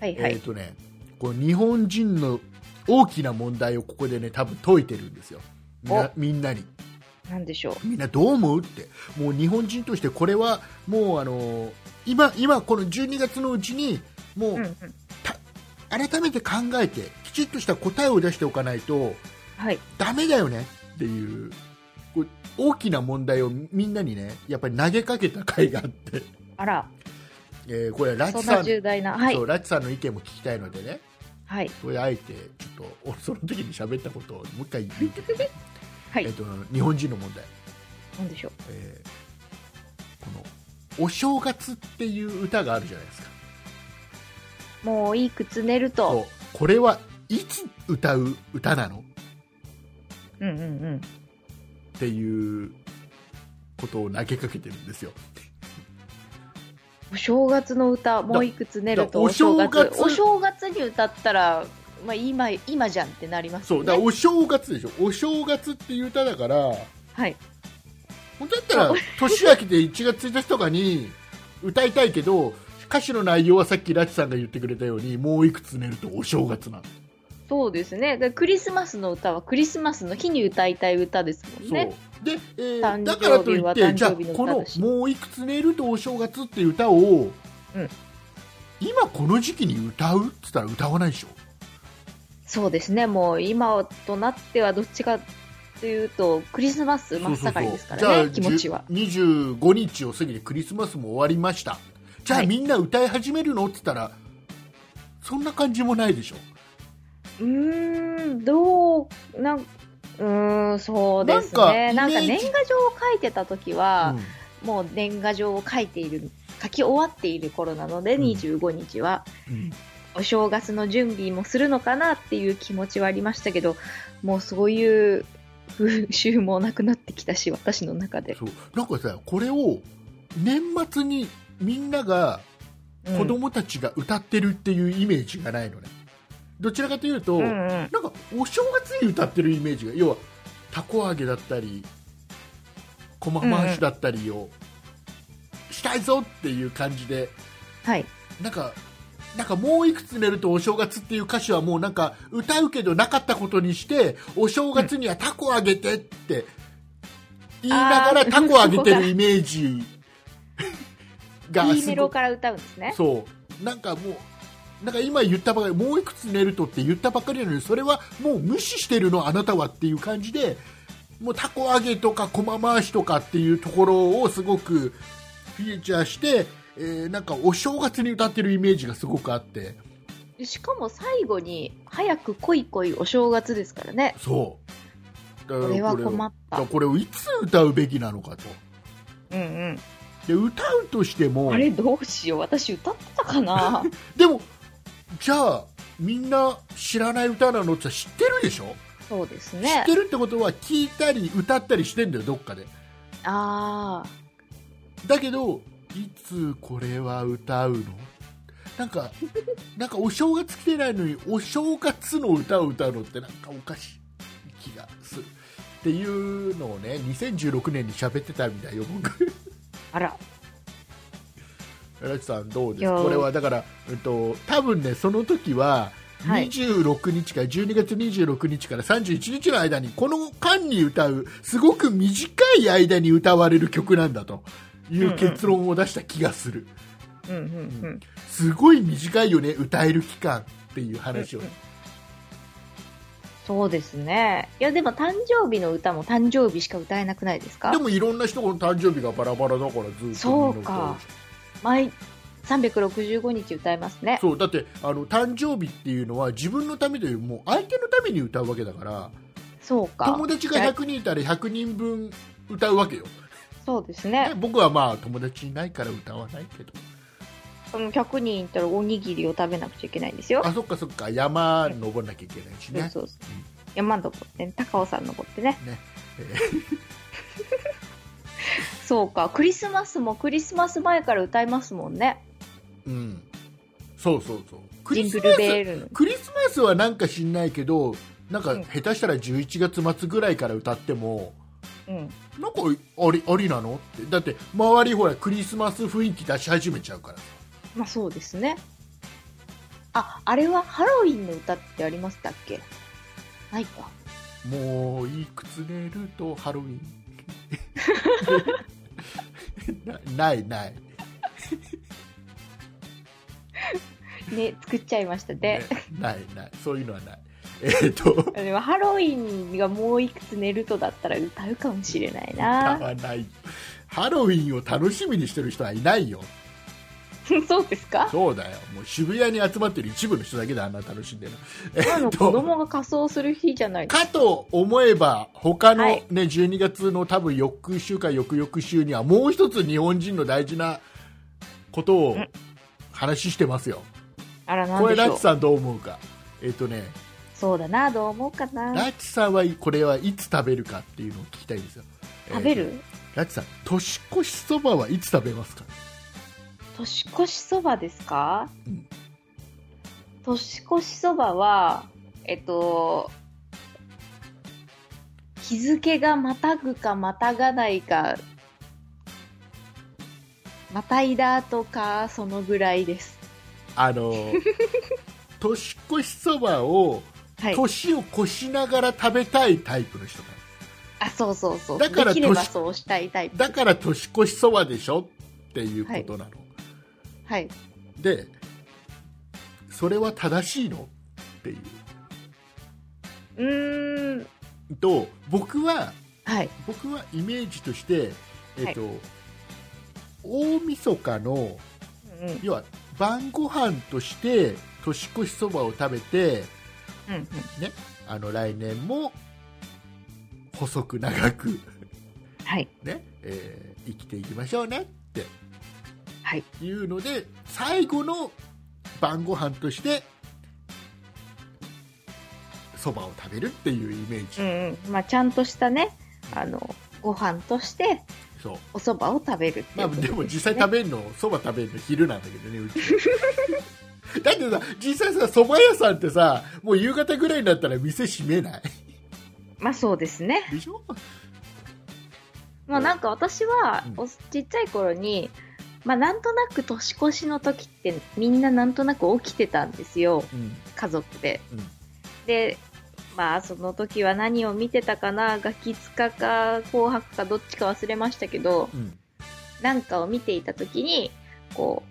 はいはえっ、い。とねこう日本人の大きな問題をここでね多分解いてるんですよみなみんなになんでしょう。みんなどう思うってもう日本人としてこれはもうあの今今この12月のうちにもう、うんうん。改めて考えてきちっとした答えを出しておかないとはい。ダメだよねっていうこう大きな問題をみんなにねやっぱり投げかけた回があって、 *laughs* あら、えーこれラチそんさ、なん重大な。はいそう。ラチさんの意見も聞きたいのでねはい。これあえてちょっとお *laughs* その時に喋ったことをもう一回言うけど、 *laughs* はいえっと日本人の問題、なんでしょう。えーこの「お正月」っていう歌があるじゃないですかもういい靴寝るそうと。これはいつ歌う歌なのうんうんうん。っていうことを投げかけてるんですよ。お正月の歌、もういくつ寝るだとお正お正月。月お正月に歌ったら、まあ今、今じゃんってなりますそうよだからね。お正月でしょ、お正月っていう歌だから、はい。本当だったら年明けて1月1日とかに歌いたいけど、歌詞の内容はさっきラチさんが言ってくれたように、もういくつ寝るとお正月なの、そうですね。でクリスマスの歌はクリスマスの日に歌いたい歌ですもんね。そうで、えー誕生日だからといっはて、誕じゃあ生日の歌この「だしもういくつ寝るとお正月」っていう歌を、うん今この時期に歌うって言ったら歌わないでしょ。そうですね。もう今となってはどっちかというと、クリスマス真っ盛りですからね、気持ちは。じゅ25日を過ぎてクリスマスも終わりましたじゃあ、はいみんな歌い始めるのって言ったらそんな感じもないでしょうーん、どう、なん、うーん、そうですね。ななんんかかイメー年ジ賀状を書いてた時は、うんもう年賀状を書いている、書き終わっている頃なので、うん25日は。うんお正月の準備もするのかなっていう気持ちはありましたけど、もうそういう風習もなくなってきたし、私の中で。そうなんかさこれを年末にみんながうん子供たちが歌ってるっていうイメージがないのね、どちらかというと、うんなんうんかお正月に歌ってるイメージが要はたこ揚げだったり駒回しだったりをしたいぞっていう感じではい。なんか、なんかもういくつ寝るとお正月っていう歌詞はもうなんか歌うけどなかったことにして、お正月にはタコあげてって言いながあらータコあげてるイメージがすご E メロから歌うんですね。そう。なんかもう、なんか今言ったばかり、もういくつ寝るとって言ったばかりなのに、それはもう無視してるの、あなたはっていう感じで、もうたこ揚げとか駒回しとかっていうところをすごくフィーチャーして、えーなんかお正月に歌ってるイメージがすごくあって、しかも最後に、早く来い来いお正月ですからね。そう。だこれは困っだかたら。これをいつ歌うべきなのかと。うんうん。で、歌うとしても、あれどうしよう。私歌ってた *laughs* かなでも、じゃあ、みんな知らない歌なのって知ってるでしょそうです知っね。てるってことは聞いたり歌ったりしてんだよどっかでああ。だけどいつこれは歌うのなんかなんかお正月来てないのにお正月の歌を歌うのってなんかおかしい気がすっていうのをね2016年に喋ってたみたいよ僕あら、荒木さんどうでいすやかこれはだから、えっと、多分ねその時ははい26日から12月26日から31日の間にこの間に歌うすごく短い間に歌われる曲なんだという結論を出した気がする、うんうんうん、すごい短いよね歌える期間っていう話を、そうですね。いや、でも誕生日の歌も誕生日しか歌えなくないですかでもいろんな人の誕生日がバラバラだからずっとみんな歌うそうか毎365日歌えますね。そうだってあの誕生日っていうのは自分のためというよりも相手のために歌うわけだからそうか。友達がじゃあ100人いたら100人分歌うわけよ、そうですねね。僕はまあ友達いないから歌わないけどその100人いたらおにぎりを食べなくちゃいけないんですよ。あそっかそっか山登らなきゃいけないしねそうそうそう。山登ってね、高尾山登ってね。ね *laughs* そうか。クリスマスもクリスマス前から歌いますもんね。うんそうそうそうクジリンスマグルスベールの。クリスマスはなんか知んないけどなんかうん下手したら11月末ぐらいから歌ってもうん。なんかありありなのってだって周りほらクリスマス雰囲気出し始めちゃうからまあそうですね。あ、あれはハロウィンの歌ってありましたっけないか。もういくつ寝るとハロウィン *laughs* なないない、ね、作っちゃいましたねね。ないないそういうのはないえーっとでもハロウィンがもういくつ寝るとだったら歌うかもしれない歌 *laughs* な。わないハロウィンを楽しみにしてる人はいないよそうですかそうだよもう渋谷に集まってる一部の人だけであんな楽しんでるえ今ーのっ子と供が仮装する日じゃないかと思えば他の、はねい12月の多分翌週か翌々週にはもう一つ日本人の大事なことをん話してますよあら、なんこれでラしょチう。さんどう思うかえっ、とねそうだな、どう思うかな。ラチさんはこれはいつ食べるかっていうのを聞きたいんですよ食べる、えーとラチさん年越しそばはいつ食べますか年越しそばですか、うん年越しそばは、えっと、日付がまたぐかまたがないか、またいだとか、そのぐらいです。あのー *laughs* 年越しそばをはい。年を越しながら食べたいタイプの人なのあ、そうそうそう。だからできれば年そうしたいタイプ。だから年越しそばでしょっていうことなの、はい。でそれは正しいのっていううーん。と僕ははい。僕はイメージとして、えっと大晦日のうんうん要は晩ご飯として年越しそばを食べてうんあの来年も細く長く、はい。ねえー生きていきましょうねってはい。いうので最後の晩ご飯としてそばを食べるっていうイメージ、うんうん。まあ、ちゃんとしたね、あの、ご飯としてそうお蕎麦を食べるってまあ、いうことでもす実際ね食べるのそば食べるの昼なんだけどねうち *laughs* だってさ実際さそば屋さんってさもう夕方ぐらいになったら店閉めないまあそうですね。でしょまあなんか私は、うんおちっちゃい頃に、まあなんとなく年越しの時ってみんななんとなく起きてたんですよ、うん家族で。うんで、まあその時は何を見てたかな、ガキツカか紅白かどっちか忘れましたけど、うんなんかを見ていた時に、こ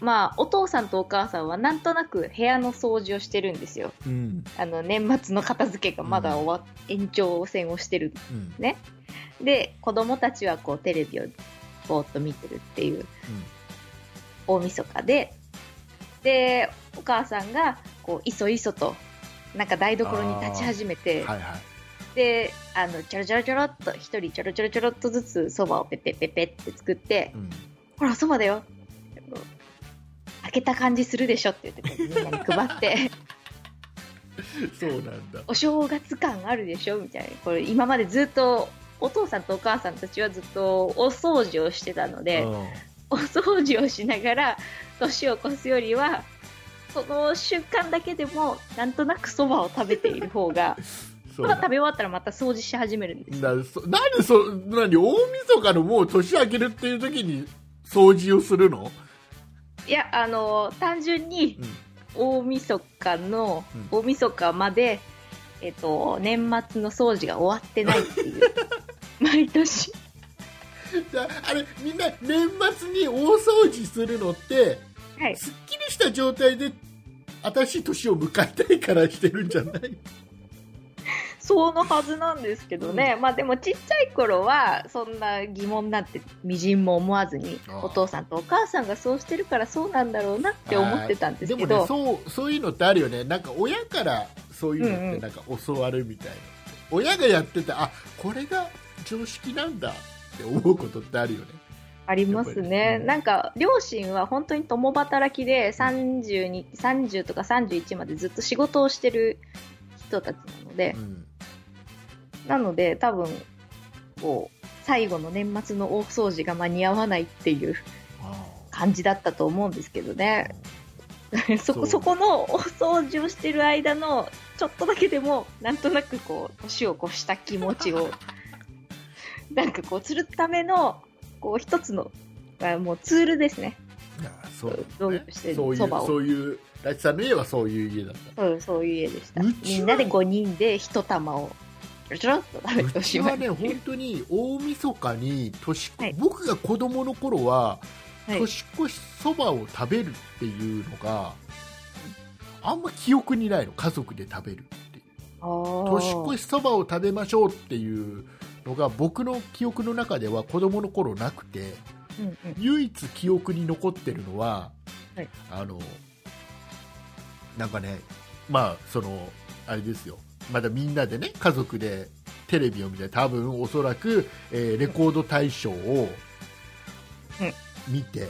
う、まあお父さんとお母さんはなんとなく部屋の掃除をしてるんですよ。うんあの年末の片付けがまだ終わ、延長戦をしてるうんで子供たちはこうテレビをぼーっと見てるっていう、大晦日ででお母さんがこういそいそとなんか台所に立ち始めて、はいはいであのちょろちょろちょろっと一人ちょろちょろちょろっとずつそばをペペペペって作って、うんほらそばだよ開けた感じするでしょって言ってみんなに配って *laughs* そうなんだお正月感あるでしょみたいなこれ今までずっとお父さんとお母さんたちはずっとお掃除をしてたので、うんお掃除をしながら年を越すよりはその瞬間だけでもなんとなくそばを食べている方が *laughs* そたうだだ食べ終わったらまた掃除し始めるんですよなそなんでそなんで大晦日のもう年明けるっていう時に掃除をするのいやあの単純にうん大晦日の、うん大晦日までえっと年末の掃除が終わってないっ *laughs* ていう毎年だあれみんな年末に大掃除するのってはいすっきりした状態で新しい年を迎えたいからしてるんじゃないそのはずなんですけどね、まあでもちっちゃい頃はそんな疑問なんてみじんも思わずにああお父さんとお母さんがそうしてるからそうなんだろうなって思ってたんですでけもど、ねそうそういうのってあるよねなんか親からそういうのうんっうてんなんか教わるみたいな、親がやっててあこれが常識なんだって思うことってあるよねありますやっぱねり、うんなんか両親は本当に共働きで 30, に30とか31までずっと仕事をしてる人たちなのでう、んなので多分こう最後の年末の大掃除が間に合わないっていうあ感じだったと思うんですけどねー。そそうこそこのお掃除をしてる間のちょっとだけでもなんとなくこう年を越した気持ちを *laughs* なんかこうするためのこう一つのあもうツールですねいやそうどだういねうしてそういうそばをそういうラチさんの家はそういう家だったそうそういう家でしたうちはみんなで5人で一玉をちょろちょろっと食べてうおしちまはいね本当に大晦日に年、はい僕が子供の頃は、はい年越しそばを食べるっていうのがあんま記憶にないの家族で食べるっていう年越ししそばを食べましょうっていうのが僕の記憶の中では子供の頃なくてうんうん唯一記憶に残ってるのは、はいあのなんかねまあそのあれですよまだみんなでね家族でテレビを見て多分おそらく、えーレコード大賞をうん見て、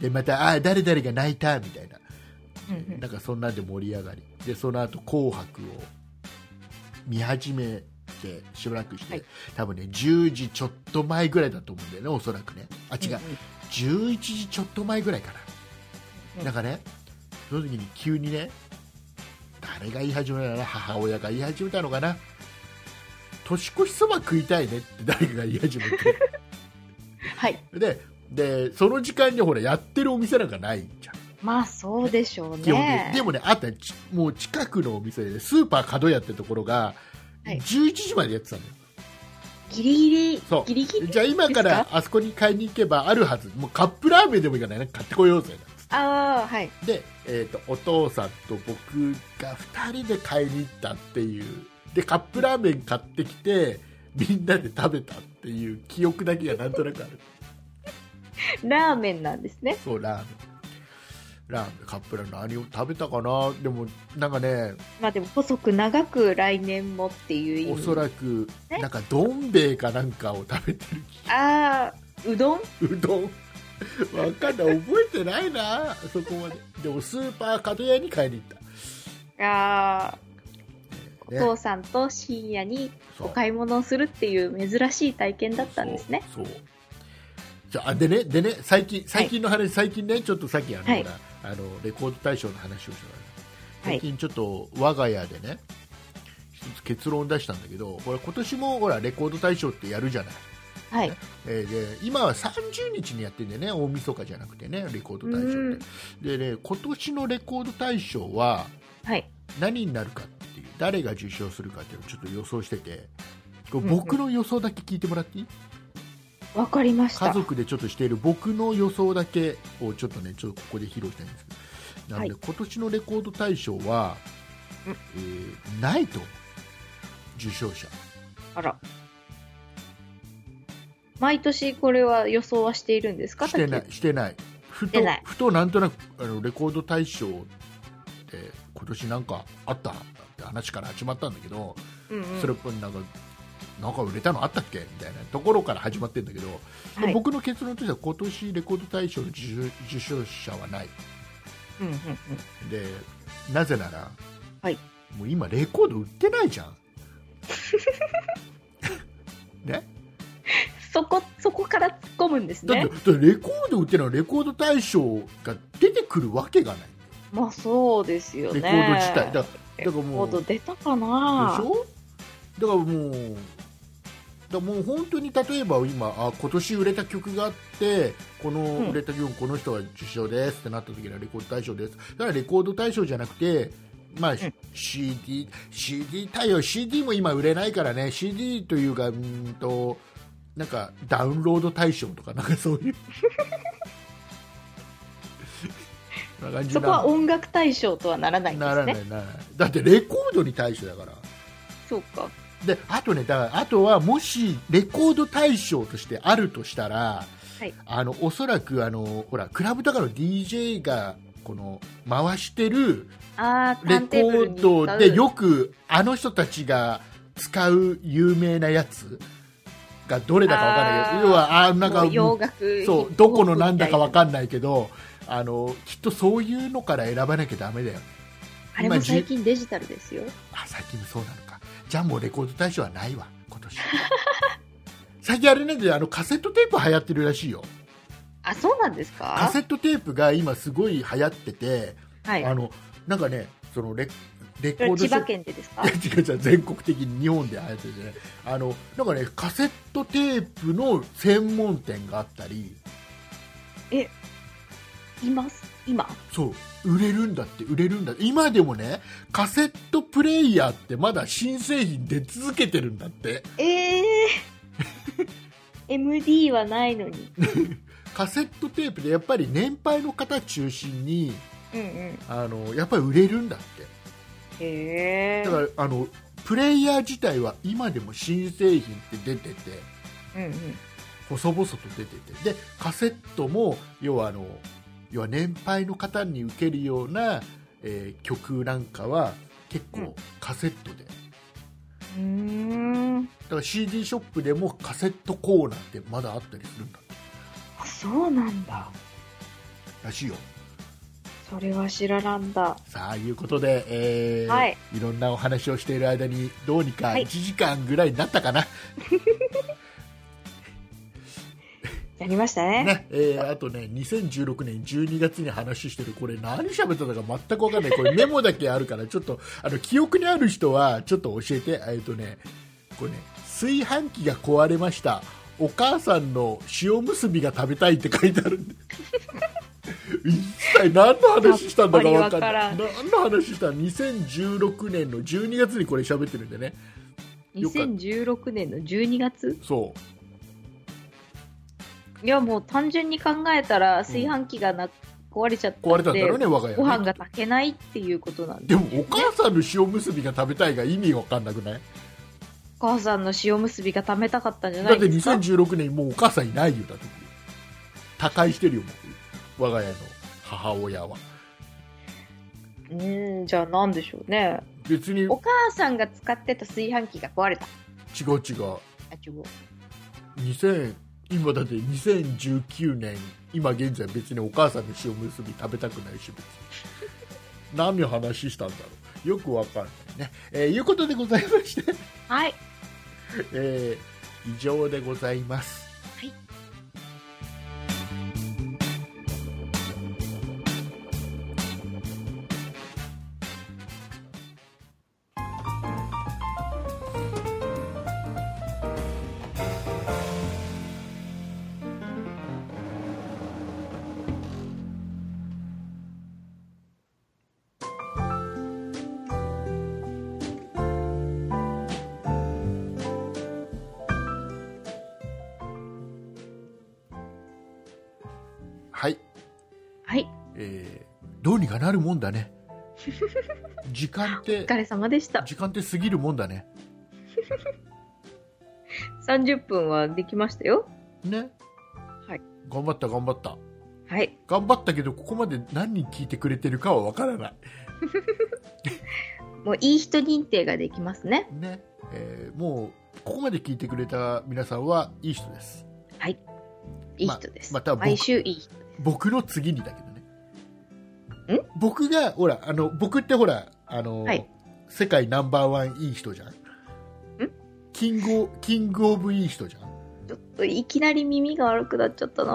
でまたあー誰々が泣いたみたいなうんうんなんかそんなんで盛り上がりでその後紅白を見始めてしばらくして、はい多分ね10時ちょっと前ぐらいだと思うんだよねおそらくねあ違う、11時ちょっと前ぐらいかな、うんなんかねその時に急にね誰が言い始めたのかな母親が言い始めたのかな年越しそば食いたいねって誰かが言い始めて *laughs* はいででその時間にほらやってるお店なんかないじゃんまあそうでしょう基本的にねでもねあったちもう近くのお店でスーパー角屋ってところがはい11時までやってたのよ、ギリギリそうギリギリじゃあ今からあそこに買いに行けばあるはずもうカップラーメンでもいいからね買ってこようぜああはいで、えー、とお父さんと僕が2人で買いに行ったっていうでカップラーメン買ってきてみんなで食べたっていう記憶だけがなんとなくあるラーメンなんですねそうラーメンラーメンカップラーメン何を食べたかなでもなんかねまあでも細く長く来年もっていう意味おそらくえなんかどん兵衛かなんかを食べてるああうどん *laughs* うどんわかんない覚えてないなそこまででもスーパー角屋に買いに行っああ、た、ねお父さんと深夜にそうお買い物をするっていう珍しい体験だったんですねそうそうじゃあでねでね最近最近の話、最近ねちょっとさっきあの、はいほらあのレコード大賞の話をしたからは最い近ちょっと我が家でね一つ結論出したんだけどこれ今年もほらレコード大賞ってやるじゃない、はいえーで今は30日にやってんだよね大晦日じゃなくてねレコード大賞うっんてでね今年のレコード大賞ははい何になるかっていう誰が受賞するかっていうのをちょっと予想しててこれうんうん僕の予想だけ聞いてもらっていい、わかりまし家た族でちょっとしている僕の予想だけをちょっとねちょっとここで披露したいんですけどなので、は今年のレコード大賞は、うんえーないと思う受賞者あら毎年これは予想はしているんですかしてない竹内してないふしとてないふとなんとなくあのレコード大賞って今年なんかあったって話から始まったんだけど、うんうんそれっぽいなんかなんか売れたのあったっけみたいなところから始まってるんだけど、はい僕の結論としては今年レコード大賞の受受賞者はないうんうんうんでなぜなら、はいもう今レコード売ってない *laughs* じゃんねそこそこから突っ込むんですだってねだってレコード売ってないのレコード大賞が出てくるわけがないまあそうですよレねコード自体だだレからコもーうドでし出たかなょだからもうだからもう本当に例えば今あ今年売れた曲があってこの売れた曲、この人が受賞ですってなった時にはレコード大賞ですだからレコード大賞じゃなくてまあ、CD、CD 対応、CD も今売れないからね、CD というか、うんと、なんかダウンロード対象とか、なんかそう *laughs* いうそんな感じそなこは音楽対象とはならないんでなすらなねい、ならない。だってレコードに対してだから。そうかであとねだからあとはもしレコード大賞としてあるとしたら、はいあのおそらくあのほらクラブとかの DJ がこの回してるああレコードでよくあの人たちが使う有名なやつがどれだかわかんないけどあー要はあーなんなかん洋楽そうどこのなんだかわんかんないけどあのきっとそういうのから選ばなきゃダメだよねあれも最近デジタルですよあ最近もそうなのかじゃあもうレコード大賞はないわ今年 *laughs* 最近あれなんであのカセットテープ流行ってるらしいよあそうなんですカかセットテープが今すごい流行ってて、はいあのなんかねそのレレコそードれショ千葉県でですか *laughs* いや違う違う全国的に日本で流行ってるじゃないあのなんかねカセットテープの専門店があったりいます今そう売れるんだって売れるんだって今でもねカセットプレイヤーってまだ新製品出続けてるんだって *laughs* ええ MD はないのにカセットテープでやっぱり年配の方中心にうんうんあのやっぱり売れるんだってへえだからあのプレイヤー自体は今でも新製品って出ててうんうん細々と出ててでカセットも要はあの要は年配の方に受けるような、えー曲なんかは結うん構カセットで、だうーんから CD ショップでもカセットコーナーってまだあったりするんだってあそうなんだらしいよそれは知らなんださあいうことで、えーはいい、ろんなお話をしている間にどうにかはい1時間ぐらいになったかな、やりましたねねえーあとね2016年12月に話してるこれ何喋ったのか全く分かんないこれメモだけあるからちょっとあの記憶にある人はちょっと教えてえっとねこれね炊飯器が壊れましたお母さんの塩結びが食べたいって書いてあるんで *laughs* 一体何の話したんだか分かんやなっぱいり何の話したの2016年の12月にこれ喋ってるんでねよかった2016年の12月そういやもう単純に考えたら炊飯器がな壊れちゃったんで壊れたんだろうね我が家ごは飯ねが炊けないっていうことなんででもお母さんの塩結びが食べたいが意味わかんなくないお母さんの塩結びが食べたかったんじゃなだっいてですか2016年もうお母さんいないよだって他界してるよもう我が家の母親はうーんじゃあなんでしょうね別に違う違お母さんが使ってた炊飯器が壊れたうあ違う2000今だって2019年今現在別にお母さんの塩結び食べたくないし別に *laughs* 何の話したんだろうよくわかんないねえーいうことでございましてはいえー以上でございます。はいはい、はいえーどうにかなるもんだ *laughs* ね。時間っおて疲れ様でした時間って過ぎるもんだね。 30分はできましたよね。はい。頑張った頑張った。はい頑張ったけどここまで何人聞いてくれてるかはわからない。もういい人認定ができますねね。えーもうここまで聞いてくれた皆さんはいい人です。いい人です、ままた僕毎週いい人僕の次にだけどね。ん僕がほらあの僕ってほらあの、はい世界ナンバーワンいい人じゃん。ん？キングオキングオブいい人じゃん。ちょっといきなり耳が悪くなっちゃったな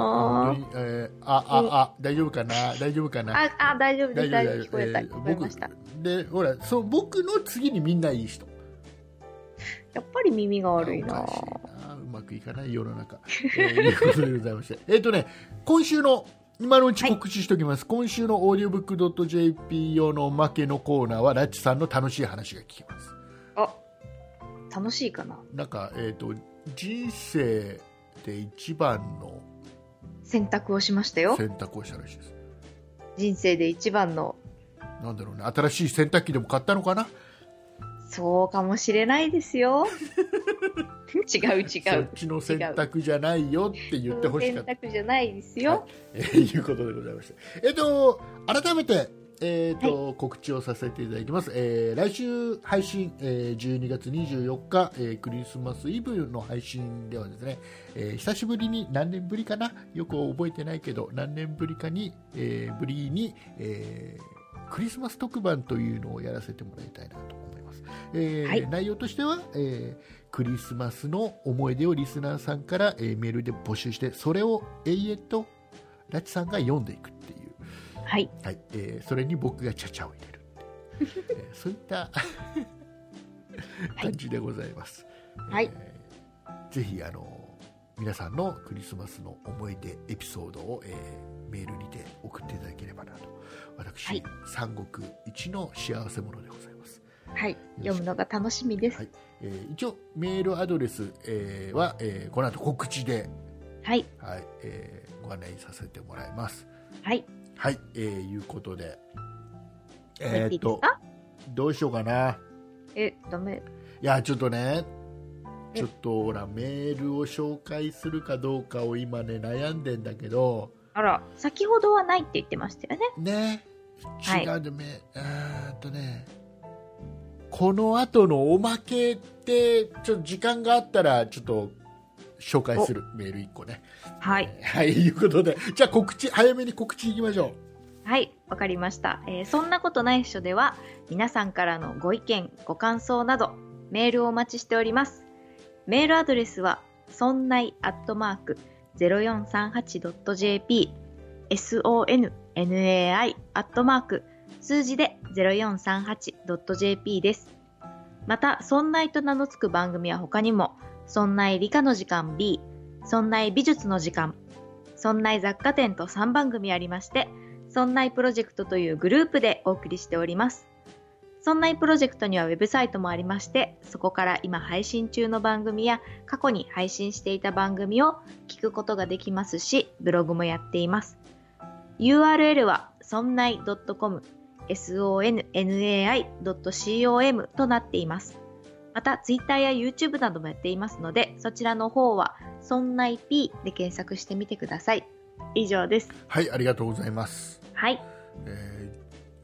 本当にえーあああ大丈夫かな大丈夫かな。ああ大丈夫です大丈夫聞こえた、えー聞こえました僕でほらそう僕の次にみんないい人やっぱり耳が悪いおなかしいなうまくいかない世の中、えー、いうことでございまして *laughs* えっとね今週の今のうち告知しておきます、今週のオーディオブックドット JP 用のおまけのコーナーはラッチさんの楽しい話が聞けますあ楽しいかななんかえっ、と人生で一番の選択をしましたよ選択をしたらしいです人生で一番のなんだろうね新しい洗濯機でも買ったのかなそうかもしれないですよ違う違そうっちの選択じゃないよって言ってほしかった選択じゃないですよえーいうことでございまして、えっと改めて、えーと告知をさせていただきます、えー来週配信、えー12月24日、えークリスマスイブの配信ではですね、えー久しぶりに何年ぶりかなよく覚えてないけど何年ぶりかに、えーぶりに、えークリスマス特番というのをやらせてもらいたいなと思います、えーはい内容としては、えークリスマスの思い出をリスナーさんから、えーメールで募集してそれを永遠とラチさんが読んでいくっていう、はいはいえーそれに僕がちゃちゃを入れるっていう、えーそういった感じでございます、はいえーぜひあの皆さんのクリスマスの思い出エピソードを、えーメールにて送っていただければなと私、はい三国一の幸せ者でございますはい読むのが楽しみですはいえー一応メールアドレス、えーは、えーこの後告知で、はいはいえーご案内させてもらいますはいはい、えー、いうことで、やえーっていっいですとかどうしようかな、えダメいや、ちょっとね、えちょっとほら、メールを紹介するかどうかを今ね、悩んでんだけど、あら先ほどはないって言ってましたよねね、はい違うで、めえーっとね、この後のおまけって、ちょっと時間があったら、ちょっと紹介する、メール1個ね。はいはい、いうことで、じゃあ告知、早めに告知いきましょう。はいわかりました、えーそんなことないっしょでは皆さんからのご意見ご感想などメールをお待ちしておりますメールアドレスはそんないアットマーク 0438.jp sonnai アットマーク数字で 0438.jp ですまた、そんないと名の付く番組は他にも、そんない理科の時間 B、そんない美術の時間、そんない雑貨店と3番組ありまして、そんないプロジェクトというグループでお送りしております。そんないプロジェクトにはウェブサイトもありまして、そこから今配信中の番組や過去に配信していた番組を聞くことができますし、ブログもやっています。URL はそんない .com、sonnai.com となっています。また、Twitter や YouTube などもやっていますので、そちらの方は、そんない P で検索してみてください。以上です。はい、ありがとうございます。はい。えー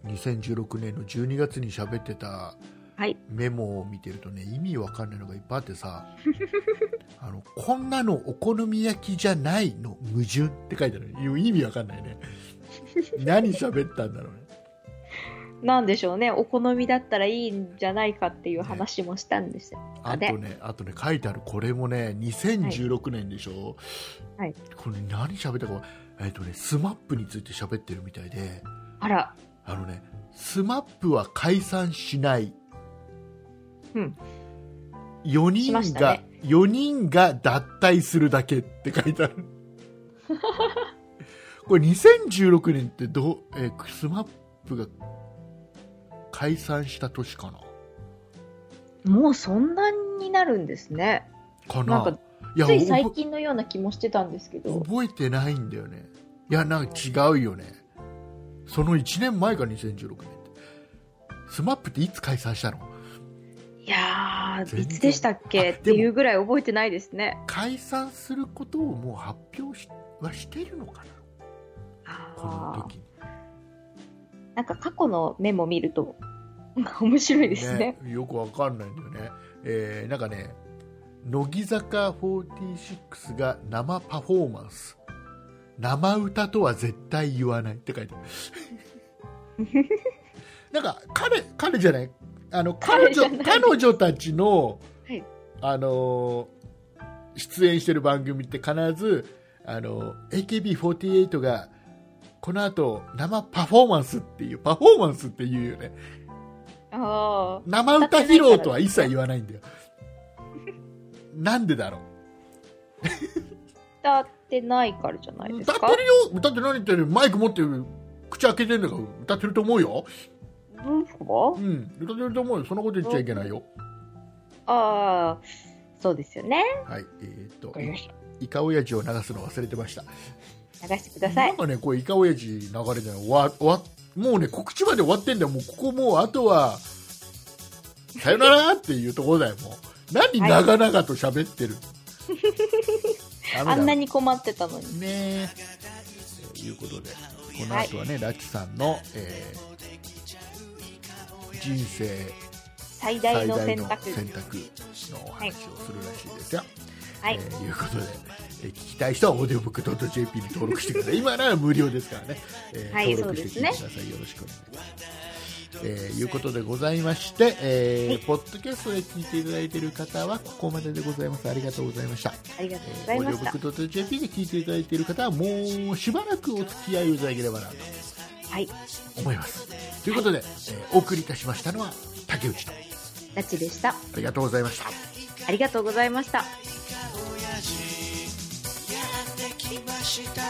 2016年の12月に喋ってたはい。メモを見てるとね意味わかんないのがいっぱいあってさ *laughs* あのこんなのお好み焼きじゃないの矛盾って書いてあるいや意味わかんないね *laughs* 何喋ったんだろうねなんでしょうね。お好みだったらいいんじゃないかっていう話もしたんですよ。あとねあとね書いてあるこれもね2016年でしょ、はいこれ何喋ったかえっ、とねスマップについて喋ってるみたいであら。あのねスマップは解散しないうん。 4し人ましたが、ね4人が脱退するだけって書いてある *laughs* これ2016年ってどう、えー、スマップが解散した年かなもうそんなになるんですね。かななんか、いやついお最ぼ近のような気もしてたんですけど。覚えてないんだよねいやなんか違うよねその1年前が2016年ってスマップっていつ解散したのいや全ー、然いつでしたっけあっていうぐらい覚えてないですね。解散することをもう発表しはしてるのかなこのあ時にーなんか過去のメモ見ると、 *laughs* 面白いですね。よくわかんないんだよね、えーなんかね乃木坂46が生パフォーマンス生歌とは絶対言わないって書いて *laughs* あるなんか彼彼じゃないあの彼彼じ女ゃない彼女たちの、はいあのー出演してる番組って必ずあの AKB48 がこの後生パフォーマンスっていうパフォーマンスっていうよねああ。生歌披露とは一切言わないんだよ。なんでだろう歌ってないからじゃないです歌かってるよ歌って何言ってるマイク持ってる口開けてんだから歌ってると思うよ文法うん歌ってると思うよそんなこと言っちゃいけないよああ、そうですよね。はいえーっとわかりましたイカオヤジを流すの忘れてました流してくださないん。かねこれイカオヤジ流れでわわもうね告知まで終わってんだよもうここもうあとはさよならっていうところだよもう何はい長々と喋って *laughs* る、ダメだあんなに困ってたのに。ねということでこの後はね、ラッチさんの、えー人生最大最の大選の択。選択のお話をするらしいですよ。はいえ。ーいうことで、えー聞きたい人はオーディオブックドット JP に登録してください。今なら無料ですからね。えーはい登録してそ聞いてうでくすださい。よろしくお願いします。えーいうことでございまして、えーはいポッドキャストで聞いていただいている方はここまででございます。ありがとうございました。ありがとうごえざーいオーデまィオしブッたク。ドット JP で聞いていただいている方はもうしばらくお付き合いをいただければなとはい。思います。ということで、えーお送りいたしましたのは竹内とあラチでした。りがとうございました。ありがとうございました。やってきました